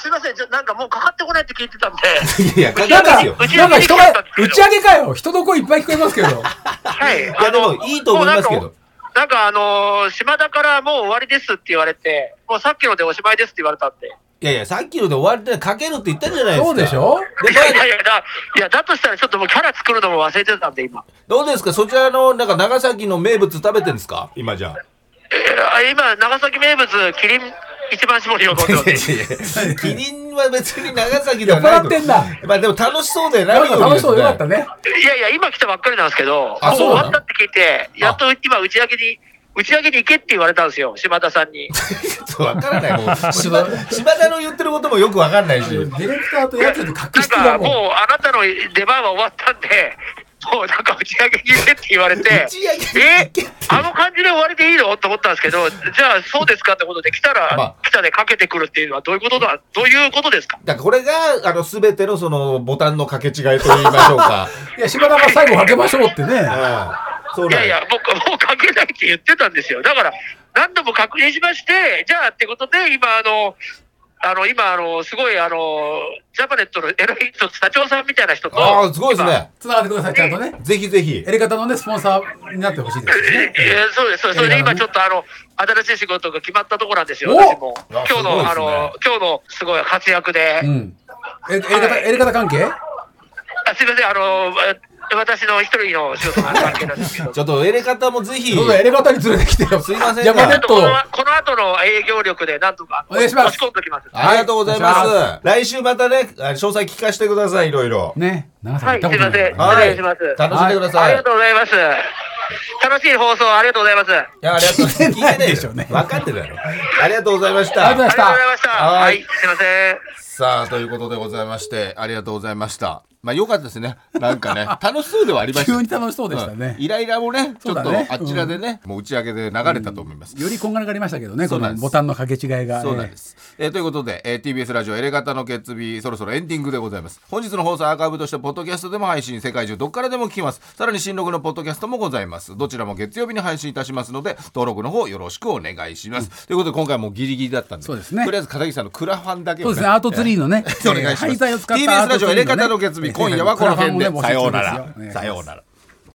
[SPEAKER 5] すいません、ちょなんかもうかかってこないって聞いてた んで、
[SPEAKER 1] いや、か
[SPEAKER 2] な
[SPEAKER 1] か
[SPEAKER 2] んか、
[SPEAKER 1] ますよ。
[SPEAKER 2] なんか人が、打ち上げかよ、人の声いっぱい聞こ えますけど。
[SPEAKER 5] はい、
[SPEAKER 1] いや、でも、いいと思いますけ
[SPEAKER 5] もう
[SPEAKER 1] ど。
[SPEAKER 5] なんか、なんかあのー島田からもう終わりですって言われて、もうさっきのでおしまいですって言われたんで、
[SPEAKER 1] いやいや、さっきので終わりでかけるって言ったじゃないですか。
[SPEAKER 2] そうでしょ
[SPEAKER 1] で
[SPEAKER 5] いやいやいやだ、いやだとしたら、ちょっともうキャラ作るのも忘れてたんで、今、
[SPEAKER 1] どうですかそちらの、なんか長崎の名物食べてるんですか今じゃあ。
[SPEAKER 5] えー今、長崎名物、キリン一番搾りを飲んで
[SPEAKER 1] い
[SPEAKER 5] ま
[SPEAKER 1] やい
[SPEAKER 5] す。
[SPEAKER 1] やいやキリンは別に長崎で
[SPEAKER 2] 酔
[SPEAKER 1] は
[SPEAKER 2] っ
[SPEAKER 1] ない
[SPEAKER 2] 払
[SPEAKER 1] と。
[SPEAKER 2] ってんだ。
[SPEAKER 1] まあでも楽しそうで
[SPEAKER 2] なんか楽しそうでよかった
[SPEAKER 1] ね。
[SPEAKER 2] ね。
[SPEAKER 5] いやいや、今来たばっかりなんですけど、もう
[SPEAKER 1] あ
[SPEAKER 5] 終
[SPEAKER 1] そうなの
[SPEAKER 5] わったって聞いて、やっと今、打ち上げに、打ち上げに行けって言われたんですよ、島田さんに。
[SPEAKER 1] ちょっとわからない。 もう、島島田の言ってることもよくわかんないし。
[SPEAKER 2] ディレクターとやつで
[SPEAKER 5] な
[SPEAKER 2] 隠
[SPEAKER 5] ん
[SPEAKER 2] してが
[SPEAKER 5] か
[SPEAKER 2] も
[SPEAKER 5] もうあなたの出番は終わったんで、もうなんか打ち上げに行けって言われて
[SPEAKER 1] 打ち上げに、
[SPEAKER 5] え
[SPEAKER 1] 行けって
[SPEAKER 5] あの感じで終わりでいいのと思ったんですけど、じゃあそうですかってことで、来たら、
[SPEAKER 1] ま
[SPEAKER 5] 来たでかけてくるっていうのはどういうことだ、どういうことですか
[SPEAKER 1] だからこれが、あの、すべてのその、ボタンの掛け違いと言いましょうか。
[SPEAKER 2] う。いや、島田が最後かけましょうって
[SPEAKER 1] う
[SPEAKER 2] ね。
[SPEAKER 1] ん。そう
[SPEAKER 5] い
[SPEAKER 1] なん
[SPEAKER 5] や
[SPEAKER 1] で
[SPEAKER 5] い
[SPEAKER 1] す
[SPEAKER 5] や、僕はもうか けないって言ってたんですよ。だから、何度も確認しまして、じゃあってことで、今、あの、あの今あの、すごいあの、ジャパネットの偉い人、社長さんみたいな人と、
[SPEAKER 1] ああ、すごいです
[SPEAKER 5] 今。
[SPEAKER 1] ね。
[SPEAKER 2] つながってください、ちゃんとね。
[SPEAKER 1] ぜひぜひ
[SPEAKER 2] エ。レガタのね、スポンサーになってほしいですね。
[SPEAKER 5] えーそうです、そうです。それで今ちょっとあの、新しい仕事が決まったところなんですよ、
[SPEAKER 2] お
[SPEAKER 5] 私も。
[SPEAKER 1] あ
[SPEAKER 5] 今日の、あ
[SPEAKER 1] すごいですね
[SPEAKER 5] の、今日のすごい活躍で。
[SPEAKER 2] うん。え、エレガタ、エレガタ関係。
[SPEAKER 5] あすいません、あの、え私の一人の仕事の関係なんで すけど。
[SPEAKER 1] ちょっと、エレ方もぜひ。
[SPEAKER 2] どうぞエレガタに連れてきてよ。
[SPEAKER 1] すいません
[SPEAKER 2] ジャパネ
[SPEAKER 5] ち
[SPEAKER 2] ッ
[SPEAKER 5] ょっと
[SPEAKER 2] ト
[SPEAKER 5] こ
[SPEAKER 2] を
[SPEAKER 5] の。この後の営業力でなんとか
[SPEAKER 2] お願いします
[SPEAKER 5] 押し込んできます。
[SPEAKER 1] ありがとうござい
[SPEAKER 2] はいお願い
[SPEAKER 1] ます。来週またね、あ詳細聞かせてください、いろいろ。
[SPEAKER 2] ね、長崎
[SPEAKER 5] は
[SPEAKER 2] 行った
[SPEAKER 5] い、す
[SPEAKER 2] こ
[SPEAKER 5] い
[SPEAKER 2] とな
[SPEAKER 5] ま
[SPEAKER 1] はい
[SPEAKER 2] い
[SPEAKER 5] せん。お願いします。
[SPEAKER 1] 楽しんでくださ
[SPEAKER 5] あ
[SPEAKER 1] い。
[SPEAKER 5] りがとうございます。楽しい放送ありがとうございます。あ
[SPEAKER 1] いや、ありがとう。聞
[SPEAKER 2] 聞いてない
[SPEAKER 1] いてない
[SPEAKER 2] でしょうね
[SPEAKER 1] 分かってたよ。ありがとうございまし
[SPEAKER 2] ありがとうござい
[SPEAKER 1] た
[SPEAKER 2] ま
[SPEAKER 5] り。がとうございました。
[SPEAKER 1] はい
[SPEAKER 5] はい、すいません。
[SPEAKER 1] さあ、ということでございまして、ありがとうございました。まあ、良かったですね。なんか ね、楽しそうではありました。
[SPEAKER 2] 急に楽しそうでしたね
[SPEAKER 1] うんイライラもね、ち
[SPEAKER 2] そ
[SPEAKER 1] ょっ
[SPEAKER 2] うだ
[SPEAKER 1] と
[SPEAKER 2] ね
[SPEAKER 1] あちらでね、もう打ち上げで流れたと思います。
[SPEAKER 2] よりこんがらがりましたけどね、
[SPEAKER 1] そ
[SPEAKER 2] こ
[SPEAKER 1] うなん
[SPEAKER 2] の
[SPEAKER 1] です
[SPEAKER 2] ボタンの掛け違いが。
[SPEAKER 1] そうなんです、えーということで、えー TBS ラジオエレガタの決日そろそろエンディングでございます本日の放送はアーカイブとしてポッドキャストでも配信世界中どこからでも聞きますさらに新録のポッドキャストもございますどちらも月曜日に配信いたしますので登録の方よろしくお願いします、ということで今回もギリギリだったんで
[SPEAKER 2] そうですね
[SPEAKER 1] とりあえず片桐さんのクラファンだけ
[SPEAKER 2] えー
[SPEAKER 1] をね、
[SPEAKER 2] そうですね、アートツリーのね、
[SPEAKER 1] お願いします
[SPEAKER 2] えー廃材を使った
[SPEAKER 1] TBS ラジオエレカタの
[SPEAKER 2] アート
[SPEAKER 1] 月
[SPEAKER 2] ツリーのね
[SPEAKER 1] 日今夜はこの辺
[SPEAKER 2] クラファンも
[SPEAKER 1] で
[SPEAKER 2] ね募集
[SPEAKER 1] さよう
[SPEAKER 2] 中
[SPEAKER 1] な
[SPEAKER 2] ですよお願
[SPEAKER 1] ら
[SPEAKER 2] いします
[SPEAKER 1] さようなら